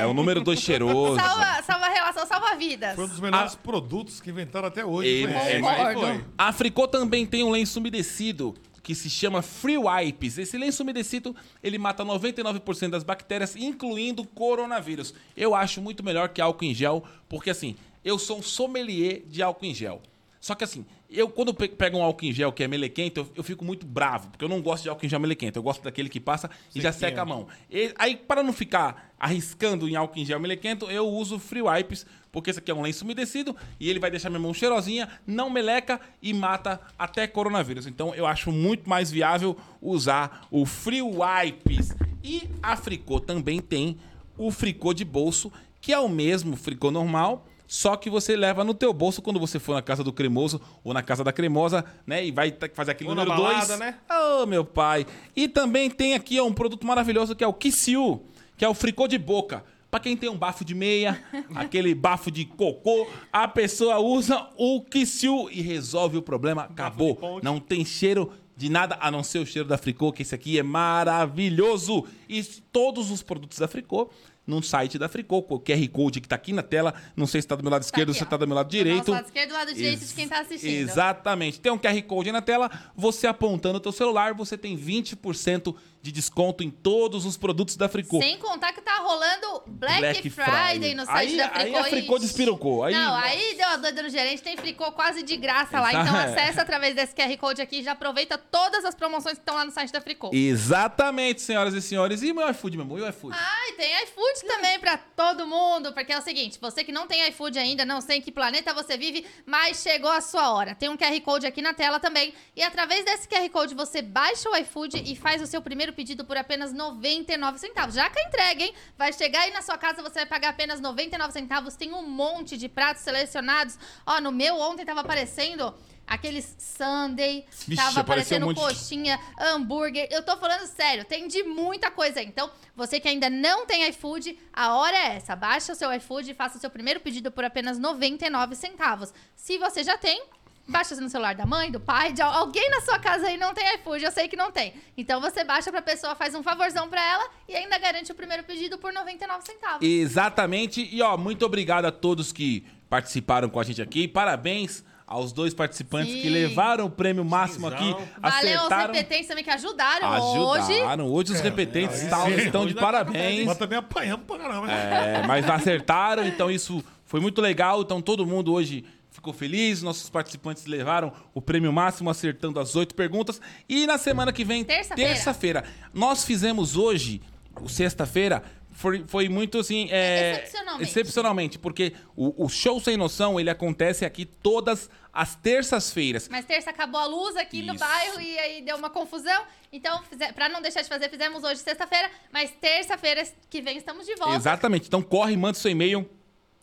É, o número 2 cheiroso.
Salva, salva relação, salva vidas.
Foi um dos melhores produtos que inventaram até hoje.
Ah. Ele-
Foi.
é,
mas
Concordo.
foi.
A Fricô também tem um lenço umedecido que se chama Free Wipes. Esse lenço umedecido, ele mata 99% das bactérias, incluindo o coronavírus. Eu acho muito melhor que álcool em gel, porque assim, eu sou um sommelier de álcool em gel. Só que assim, eu quando pe- pego um álcool em gel que é melequento, eu, eu fico muito bravo, porque eu não gosto de álcool em gel melequento. Eu gosto daquele que passa e já seca a mão. E- aí, para não ficar arriscando em álcool em gel melequento, eu uso Free Wipes, porque esse aqui é um lenço umedecido e ele vai deixar minha mão cheirosinha, não meleca e mata até coronavírus. Então eu acho muito mais viável usar o Free Wipes. E a Fricô também tem o fricô de bolso, que é o mesmo fricô normal, só que você leva no teu bolso quando você for na casa do cremoso ou na casa da cremosa, né? E vai ter que fazer aquele
Ou na
número 2.
balada, né?
Oh, meu pai. E também tem aqui ó, um produto maravilhoso que é o Kissiu, que é o fricô de boca. Pra quem tem um bafo
<laughs>
de meia, aquele bafo de cocô, a pessoa usa o Kissiu e resolve o problema. Acabou. Não tem cheiro de nada a não ser o cheiro da Fricô, que esse aqui é maravilhoso. E todos os produtos da Fricô no site da Fricô, com o QR Code que tá aqui na tela. Não sei se tá do meu lado esquerdo ou
aqui,
se
ó.
tá do meu lado
Do
direito.
nosso lado esquerdo, do lado direito de quem tá assistindo.
Exatamente. Tem um QR Code aí na tela. Você apontando o teu celular, você tem 20% de desconto em todos os produtos da Fricô.
Sem contar que tá rolando Black, Friday, no site
aí,
da Fricô.
Aí a Fricô
e-
despirocou. Aí,
Não, aí deu a doida no gerente, tem Fricô quase de graça lá.
Exa-
Então
<laughs>
acessa através desse QR Code aqui e já aproveita todas as promoções que estão lá no site da Fricô.
Exatamente, senhoras e senhores. E o meu iFood, meu amor? E o iFood?
Ah, e tem iFood também pra todo mundo, porque é o seguinte, você que não tem iFood ainda, não sei em que planeta você vive, mas chegou a sua hora. Tem um QR Code aqui na tela também, e através desse QR Code você baixa o iFood e faz o seu primeiro pedido por apenas 99 centavos. Já que a entrega, hein? Vai chegar aí na sua casa, você vai pagar apenas 99 centavos, tem um monte de pratos selecionados. Ó, no meu ontem tava aparecendo... Aqueles Sunday,
Vixe,
tava
apareceu um
aparecendo
monte de-
coxinha coxinha, hambúrguer. Eu tô falando sério, tem de muita coisa. aí. Então, você que ainda não tem iFood, a hora é essa. Baixa o seu iFood e faça o seu primeiro pedido por apenas 99 centavos. Se você já tem, baixa no celular da mãe, do pai, de al- alguém na sua casa aí não tem iFood, eu sei que não tem. Então você baixa pra pessoa, faz um favorzão pra ela e ainda garante o primeiro pedido por 99 centavos.
Exatamente. E ó, muito obrigado a todos que participaram com a gente aqui. Parabéns aos dois participantes
Sim.
que levaram o prêmio máximo aqui.
Valeu aos
Acertaram.
repetentes também que ajudaram, hoje.
Ajudaram. Hoje os repetentes tal- estão de parabéns.
Mas também apanhamos pra caramba. né?
É, mas acertaram, então isso foi muito legal. Então todo mundo hoje ficou feliz. Nossos participantes levaram o prêmio máximo acertando as oito perguntas. E na semana que vem,
Terça-feira.
terça-feira, nós fizemos hoje, o sexta-feira, foi, foi muito assim. é,
Excepcionalmente.
excepcionalmente, porque o, o show sem noção ele acontece aqui todas as terças-feiras.
Mas terça acabou a luz aqui no
Isso.
bairro e aí deu uma confusão. Então, fize- pra não deixar de fazer, fizemos hoje sexta-feira, mas terça-feira que vem estamos de volta.
Exatamente. Então corre, manda seu e-mail.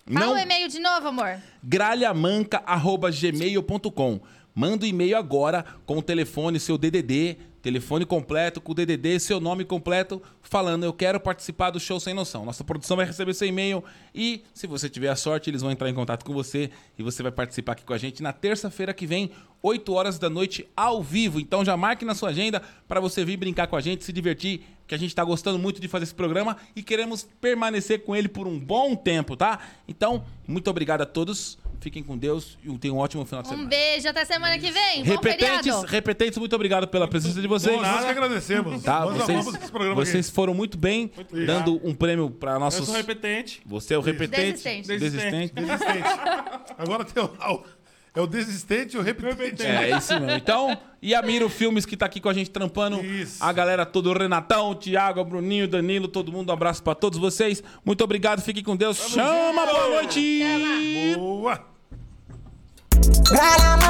Fala o e-mail de novo, amor.
gralhamanca.gmail.com. Manda o e-mail agora com o telefone, seu DDD, telefone completo, com o DDD, seu nome completo, falando eu quero participar do show sem noção. Nossa produção vai receber seu e-mail e, se você tiver a sorte, eles vão entrar em contato com você e você vai participar aqui com a gente na terça-feira que vem, 8 horas da noite, ao vivo. Então já marque na sua agenda para você vir brincar com a gente, se divertir, que a gente tá gostando muito de fazer esse programa e queremos permanecer com ele por um bom tempo, tá? Então, muito obrigado a todos. Fiquem com Deus e tenham um ótimo final de
Um
semana.
beijo, até semana que vem. Bom
Repetentes,
feriado.
repetentes, muito obrigado pela presença de vocês.
Nós que agradecemos.
Tá,
Nós
vocês,
amamos esse programa aqui.
vocês foram muito bem, dando um prêmio para
Eu
nossos.
sou repetente.
Você é o repetente,
Desistente.
desistente.
Desistente. Agora tem o, é o desistente e o repetente.
É isso mesmo. Então, e a Miro Filmes que tá aqui com a gente trampando.
Isso.
A galera toda, o Renatão, o Thiago, o Bruninho, o Danilo, todo mundo. Um abraço pra todos vocês. Muito obrigado, fiquem com Deus. Chama, boa noite!
Boa.
Gralha